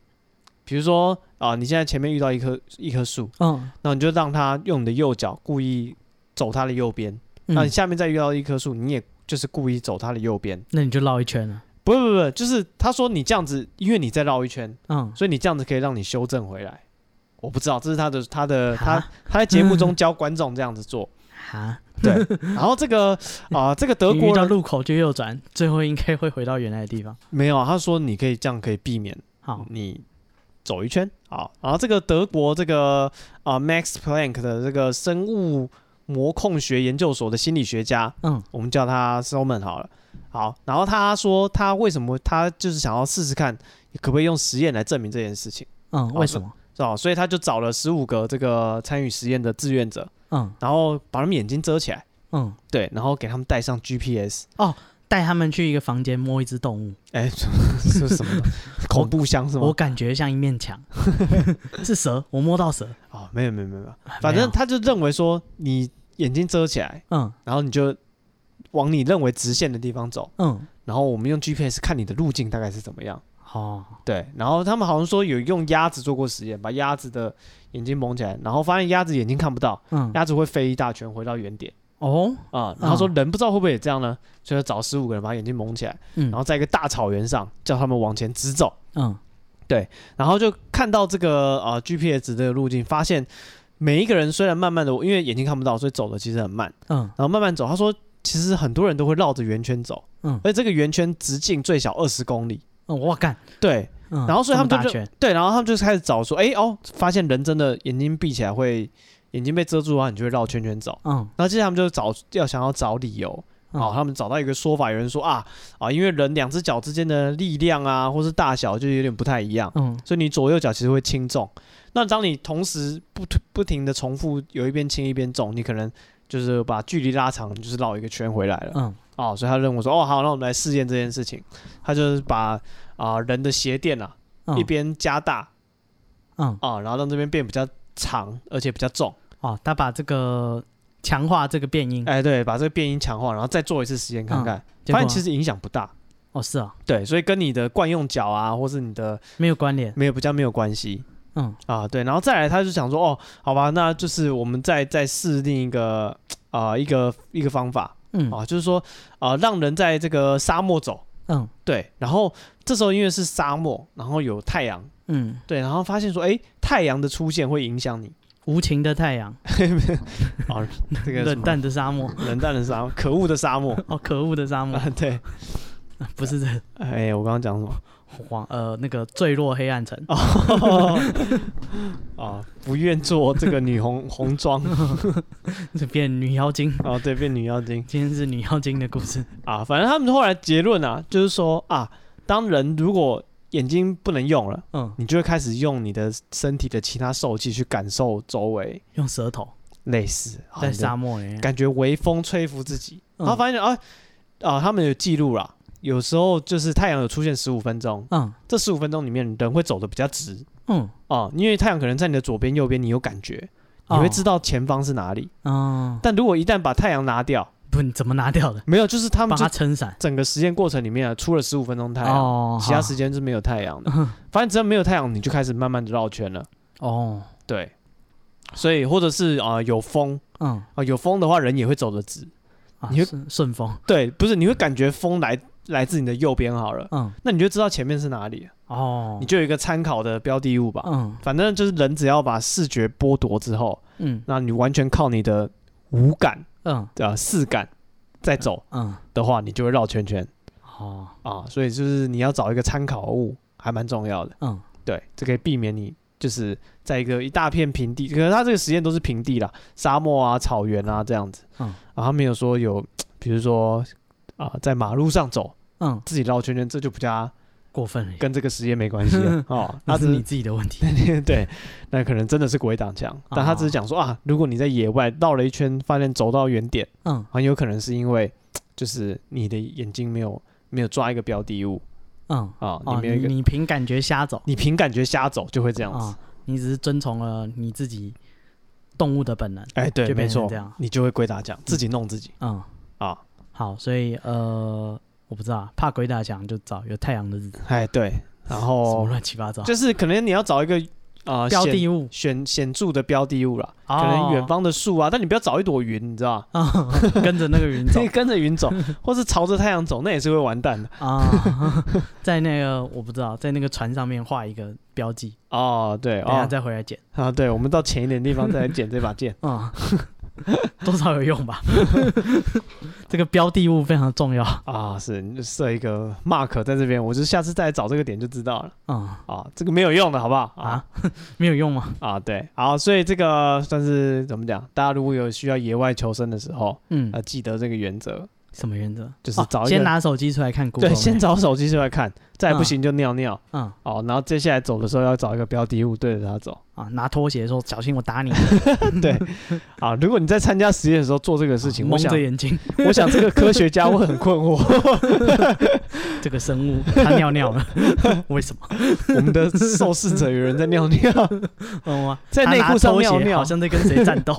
Speaker 2: 比如说啊，你现在前面遇到一棵一棵树，
Speaker 3: 嗯，
Speaker 2: 那你就让他用你的右脚故意走他的右边，那
Speaker 3: 那
Speaker 2: 你下面再遇到一棵树，你也就是故意走他的右边。
Speaker 3: 那你就绕一圈了。
Speaker 2: 不不不，就是他说你这样子，因为你再绕一圈，
Speaker 3: 嗯，
Speaker 2: 所以你这样子可以让你修正回来。我不知道，这是他的他的他
Speaker 3: 哈
Speaker 2: 他在节目中教观众这样子 做。
Speaker 3: 哈，
Speaker 2: 对，然后这个啊、这个德
Speaker 3: 你遇
Speaker 2: 国
Speaker 3: 到
Speaker 2: 人
Speaker 3: 路口就右转，最后应该会回到原来的地方。
Speaker 2: 没有啊，他说你可以这样可以避免
Speaker 3: 好，
Speaker 2: 你走一圈啊。然后这个德国这个啊、Max Planck 的这个生物模控学研究所的心理学家，
Speaker 3: 嗯
Speaker 2: 我们叫他 Solman 好了。好，然后他说他为什么他就是想要试试看，可不可以用实验来证明这件事情，
Speaker 3: 嗯，为什么？
Speaker 2: 是吧？所以他就找了十五个这个参与实验的志愿者，
Speaker 3: 嗯
Speaker 2: 然后把他们眼睛遮起来，
Speaker 3: 嗯，
Speaker 2: 对，然后给他们带上 GPS，
Speaker 3: 带他们去一个房间摸一只动物，
Speaker 2: 哎，是什么 恐怖箱是
Speaker 3: 我
Speaker 2: 吗？
Speaker 3: 感觉像一面 墙，是蛇，我摸到蛇。
Speaker 2: 哦，没有没有没有没有，
Speaker 3: 哎
Speaker 2: 反
Speaker 3: 没
Speaker 2: 正
Speaker 3: 有
Speaker 2: 他就认为说你眼睛遮起来，
Speaker 3: 嗯
Speaker 2: 然后你就往你认为直线的地方走，
Speaker 3: 嗯，
Speaker 2: 然后我们用 GPS 看你的路径大概是怎么样。
Speaker 3: 好，
Speaker 2: 对，然后他们好像说有用鸭子做过实验，把鸭子的眼睛蒙起来，然后发现鸭子眼睛看不到，
Speaker 3: 嗯
Speaker 2: 鸭子会飞一大圈回到原点
Speaker 3: 哦，
Speaker 2: 啊、然后说人不知道会不会也这样呢，所以找十五个人把眼睛蒙起来，
Speaker 3: 嗯，
Speaker 2: 然后在一个大草原上叫他们往前直走，
Speaker 3: 嗯
Speaker 2: 然后就看到这个呃 GPS 这个路径，发现每一个人虽然慢慢的，因为眼睛看不到，所以走的其实很慢，
Speaker 3: 嗯
Speaker 2: 然后慢慢走，他说其实很多人都会绕着圆圈走，
Speaker 3: 嗯
Speaker 2: 而且这个圆圈直径最小二十公里，
Speaker 3: 嗯，我干，
Speaker 2: 对，
Speaker 3: 嗯，
Speaker 2: 然后所以他们
Speaker 3: 这么
Speaker 2: 就
Speaker 3: 大圈，
Speaker 2: 对，然后他们就开始找说，哎哦，发现人真的眼睛闭起来会，眼睛被遮住的话，你就会绕圈圈走。
Speaker 3: 嗯
Speaker 2: 然后接着他们就找要想要找理由，
Speaker 3: 嗯
Speaker 2: 哦，他们找到一个说法，有人说啊啊，因为人两只脚之间的力量啊，或是大小就有点不太一样，
Speaker 3: 嗯
Speaker 2: 所以你左右脚其实会轻重。那当你同时不不停的重复有一边轻一边重，你可能就是把距离拉长，就是绕一个圈回来了。
Speaker 3: 嗯
Speaker 2: 哦，所以他认为说，哦好，那我们来试验这件事情。他就是把啊、人的鞋垫啊
Speaker 3: 嗯，
Speaker 2: 一边加大，
Speaker 3: 嗯
Speaker 2: 啊、然后让这边变比较长，而且比较重。
Speaker 3: 哦，他把这个强化这个变音，
Speaker 2: 哎，对，把这个变音强化，然后再做一次实验看看，
Speaker 3: 嗯结
Speaker 2: 发
Speaker 3: 果
Speaker 2: 现其实影响不大。
Speaker 3: 哦是啊，
Speaker 2: 对，所以跟你的惯用脚啊，或是你的
Speaker 3: 没有关联，
Speaker 2: 没有比较没有关系
Speaker 3: 嗯
Speaker 2: 啊。对，然后再来，他就想说，哦，好吧，那就是我们再再试另一个啊、一个一个方法
Speaker 3: 嗯
Speaker 2: 啊，就是说啊、让人在这个沙漠走。
Speaker 3: 嗯
Speaker 2: 对，然后这时候因为是沙漠，然后有太阳，
Speaker 3: 嗯，
Speaker 2: 对，然后发现说，哎，太阳的出现会影响你
Speaker 3: 无情的太阳，
Speaker 2: 啊，这个什
Speaker 3: 冷
Speaker 2: 么
Speaker 3: 淡的沙漠，
Speaker 2: 冷淡的沙 漠，可恶的沙漠
Speaker 3: 哦可恶的沙 漠，
Speaker 2: 啊！对，
Speaker 3: 不是这
Speaker 2: 哎，我刚刚讲什 么？
Speaker 3: 黄呃那个坠落黑暗城，
Speaker 2: 哦，啊，不愿做这个女红红妆，
Speaker 3: 就变女妖精。
Speaker 2: 哦，对，变女妖精
Speaker 3: 今天是女妖精的故事。
Speaker 2: 啊。反正他们后来结论啊，就是说啊，当人如果眼睛不能用了，
Speaker 3: 嗯，
Speaker 2: 你就会开始用你的身体的其他受气去感受周围。
Speaker 3: 用舌头。
Speaker 2: 类似啊
Speaker 3: 在
Speaker 2: 你的
Speaker 3: 沙漠里面，
Speaker 2: 感觉微风吹拂自己，
Speaker 3: 嗯
Speaker 2: 然后发现啊啊，他们有记录啦，有时候就是太阳有出现十五分钟，
Speaker 3: 嗯
Speaker 2: 这十五分钟里面人会走的比较直
Speaker 3: 嗯，
Speaker 2: 啊，因为太阳可能在你的左边、右边，你有感觉，你会知道前方是哪里。
Speaker 3: 哦，
Speaker 2: 但如果一旦把太阳拿掉，
Speaker 3: 不，你怎么拿掉的？
Speaker 2: 没有，就是他们
Speaker 3: 帮
Speaker 2: 就
Speaker 3: 他撑伞。
Speaker 2: 整个实验过程里面啊，出了十五分钟太阳，
Speaker 3: 哦，
Speaker 2: 其他
Speaker 3: 好
Speaker 2: 时间是没有太阳的
Speaker 3: 嗯。
Speaker 2: 反正只要没有太阳，你就开始慢慢的绕圈了。
Speaker 3: 哦，
Speaker 2: 对，所以或者是啊、呃有风
Speaker 3: 嗯，
Speaker 2: 啊、有风的话，人也会走得直。
Speaker 3: 啊
Speaker 2: 你会
Speaker 3: 顺顺风，
Speaker 2: 对，不是你会感觉风来来自你的右边好了，
Speaker 3: 嗯，
Speaker 2: 那你就知道前面是哪里了，
Speaker 3: 哦
Speaker 2: 你，就有一个参考的标的物吧。
Speaker 3: 嗯
Speaker 2: 反正就是人只要把视觉剥夺之后，
Speaker 3: 嗯
Speaker 2: 那你完全靠你的五感
Speaker 3: 嗯
Speaker 2: 呃四感在走
Speaker 3: 嗯，
Speaker 2: 的话，你就会绕圈圈
Speaker 3: 哦，
Speaker 2: 啊。所以就是你要找一个参考物，还蛮重要的。
Speaker 3: 嗯
Speaker 2: 对，这可以避免你就是在一个一大片平地，可是它这个实验都是平地啦，沙漠啊、草原啊这样子。
Speaker 3: 嗯
Speaker 2: 然后没有说有，比如说啊、在马路上走。
Speaker 3: 嗯，
Speaker 2: 自己绕圈圈，这就比较
Speaker 3: 过分了，
Speaker 2: 跟这个实验没关系了哦。
Speaker 3: 那
Speaker 2: 他
Speaker 3: 是
Speaker 2: 只
Speaker 3: 你自己的问题。
Speaker 2: 是 对，那可能真的是鬼挡墙，但他只是讲说啊，如果你在野外绕了一圈，发现走到原点，
Speaker 3: 嗯
Speaker 2: 很有可能是因为就是你的眼睛没有没有抓一个标的物
Speaker 3: 嗯，
Speaker 2: 啊，你
Speaker 3: 哦，
Speaker 2: 没有一
Speaker 3: 你
Speaker 2: 个，
Speaker 3: 啊你凭感觉瞎走，
Speaker 2: 你凭感觉瞎走就会这
Speaker 3: 这
Speaker 2: 样子。
Speaker 3: 你只是遵从了你自己动物的本能。
Speaker 2: 哎，对，
Speaker 3: 就
Speaker 2: 没
Speaker 3: 变成
Speaker 2: 错
Speaker 3: 这样，
Speaker 2: 你就会鬼打墙，自己弄自己
Speaker 3: 嗯，
Speaker 2: 啊。
Speaker 3: 好，所以呃，我不知道啊，怕鬼打墙就找有太阳的日子，
Speaker 2: 哎，对，然
Speaker 3: 什么
Speaker 2: 后
Speaker 3: 乱七八糟，
Speaker 2: 就是可能你要找一个啊
Speaker 3: 标的物
Speaker 2: 显显著的标的物啦，
Speaker 3: 哦
Speaker 2: 可能远方的树啊，但你不要找一朵云，你知道吗？
Speaker 3: 啊， 跟 着那个云走
Speaker 2: 你 跟着云走，或是朝着太阳走，那也是会完 蛋的
Speaker 3: 啊，在那个我不知道，在那个船上面画一个标记，
Speaker 2: 哦。对
Speaker 3: 等一下
Speaker 2: 哦，
Speaker 3: 再回来捡。。
Speaker 2: 啊，对，我们到浅一点的地方再来捡这把剑
Speaker 3: 嗯，多少有用吧？ 这个标的物非常重要。
Speaker 2: 啊，是你就设一个 mark 在这边，我就下次再来找这个点就知道了
Speaker 3: 嗯
Speaker 2: 啊，这个没有用的好不好？啊
Speaker 3: 啊，没有用吗？
Speaker 2: 啊，对，好，所以这个算是怎么讲？大家如果有需要野外求生的时候，
Speaker 3: 嗯
Speaker 2: 啊，，记得这个原则，
Speaker 3: 什么原则？
Speaker 2: 就是
Speaker 3: 哦
Speaker 2: 找一个
Speaker 3: 先拿手机出来看 Google
Speaker 2: 对，
Speaker 3: Map。
Speaker 2: 先找手机出来看，再不行就尿尿
Speaker 3: 嗯
Speaker 2: 哦，然后接下来走的时候要找一个标的物对着它 走。
Speaker 3: 啊，拿拖鞋说小心我打你，
Speaker 2: 对，啊，如果你在参加实验的时候做这个事情，我
Speaker 3: 蒙
Speaker 2: 想
Speaker 3: 着眼睛，
Speaker 2: 我想这个科学家会很困惑，
Speaker 3: 这个生物它尿尿了，为什么？
Speaker 2: 我们的受试者有人在尿尿，
Speaker 3: 嗯啊，
Speaker 2: 在
Speaker 3: 他
Speaker 2: 内
Speaker 3: 拿
Speaker 2: 裤上
Speaker 3: 拖鞋
Speaker 2: 尿尿
Speaker 3: 好像在跟谁战斗？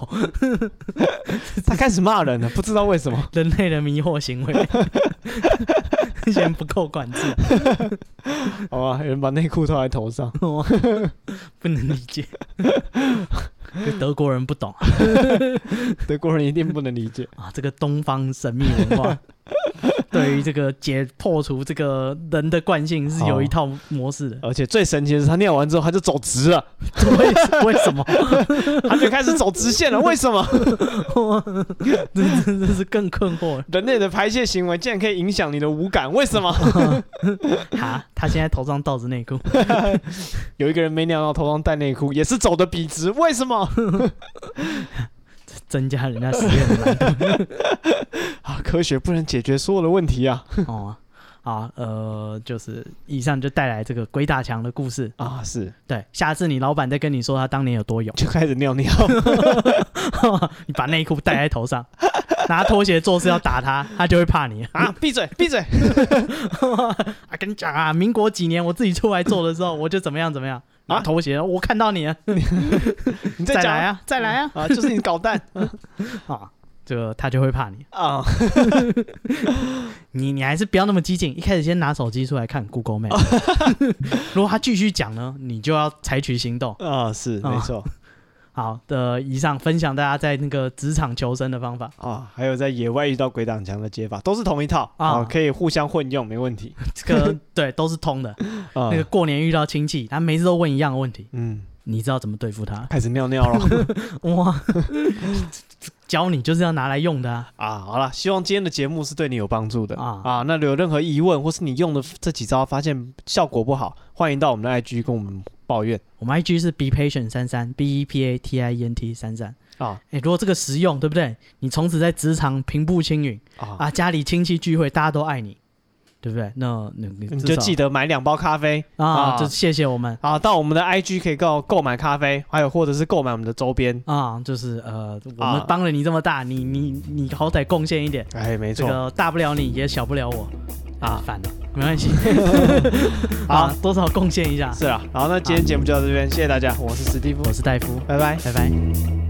Speaker 2: 他开始骂人了，不知道为什么。
Speaker 3: 人类的迷惑行为， 先不够管制，
Speaker 2: 好吧，有人把内裤套在头上。
Speaker 3: 我 不能理解。 这德国人不懂
Speaker 2: 德国人一定不能理解。
Speaker 3: 啊，这个东方神秘文化对于这个解破除这个人的惯性是有一套模式的。
Speaker 2: 而且最神奇的是，他尿完之后他就走直了，
Speaker 3: 为为什么？
Speaker 2: 他就开始走直线了。为什么？
Speaker 3: 这真的是更困惑了
Speaker 2: 人类的排泄行为竟然可以影响你的五感？为什么？
Speaker 3: 啊！他现在头上倒着内裤，
Speaker 2: 有一个人没尿到头上戴内裤，也是走的笔直，为什么？
Speaker 3: 增加人家实验的难
Speaker 2: 啊，科学不能解决所有的问题啊！
Speaker 3: 度哦。啊，呃，就是以上就带来这个鬼打墙的故事。
Speaker 2: 啊，是
Speaker 3: 对，下次你老板再跟你说他当年有多勇，
Speaker 2: 就开始尿尿。
Speaker 3: 你把内裤戴在头上，拿拖鞋做事要打他，他就会怕你
Speaker 2: 啊
Speaker 3: 啊！！
Speaker 2: 闭嘴，闭 嘴！
Speaker 3: 啊跟你讲啊，民国几年我自己出来做的时候，我就怎么样怎么样，拿
Speaker 2: 啊
Speaker 3: 拖鞋，我看到你了，
Speaker 2: 你
Speaker 3: 再
Speaker 2: 再讲
Speaker 3: 来啊，再来啊！
Speaker 2: 啊！就是你搞蛋
Speaker 3: 啊，这个他就会怕你。
Speaker 2: 啊！
Speaker 3: 你你还是不要那么激进，一开始先拿手机出来看 Google Map。如 果他继续讲呢，你就要采取行动。
Speaker 2: 啊，是
Speaker 3: 啊
Speaker 2: 没错
Speaker 3: 好的，以上分享大家在那个职场求生的方法，
Speaker 2: 啊，还有在野外遇到鬼挡墙的解法，都是同一套
Speaker 3: 啊
Speaker 2: 啊，可以互相混用，没问 题
Speaker 3: 这个对都是通的。
Speaker 2: 啊
Speaker 3: 那。个过年遇到亲戚，他每次都问一样的问题，
Speaker 2: 嗯，
Speaker 3: 你知道怎么对付他？
Speaker 2: 开始尿尿 了
Speaker 3: 哇，教你就是要拿来用的啊！
Speaker 2: 啊！好了，希望今天的节目是对你有帮助的
Speaker 3: 啊
Speaker 2: 啊啊！那有任何疑问，或是你用的这几招发现效果不好，欢迎到我们的 IG 跟我们抱怨
Speaker 3: 我们 IG 是 be patient 三三 b e p a t i e n t 三三。
Speaker 2: 啊
Speaker 3: 哎，如果这个实用，对不对？你从此在职场平步青云
Speaker 2: 啊！
Speaker 3: 啊，家里亲戚聚会大家都爱你，对不对？那你你
Speaker 2: 你就记
Speaker 3: 得
Speaker 2: 得买两包咖啡
Speaker 3: 啊，
Speaker 2: 啊
Speaker 3: 就谢谢我们
Speaker 2: 啊，到我们的 IG 可以购购买咖啡，还有或者是购买我们的周边。
Speaker 3: 啊，就是呃，我们
Speaker 2: 啊
Speaker 3: 帮了你这么大，你你你好歹贡献一点，
Speaker 2: 哎，没
Speaker 3: 这
Speaker 2: 错，
Speaker 3: 个大不了你也小不了我啊，反了，没 关系
Speaker 2: 好
Speaker 3: 啊，多少贡献一下。
Speaker 2: 是啦。然后那今天节目就到这边，谢谢大家，我是史蒂夫
Speaker 3: 我，是戴夫，
Speaker 2: 拜拜。
Speaker 3: 拜拜。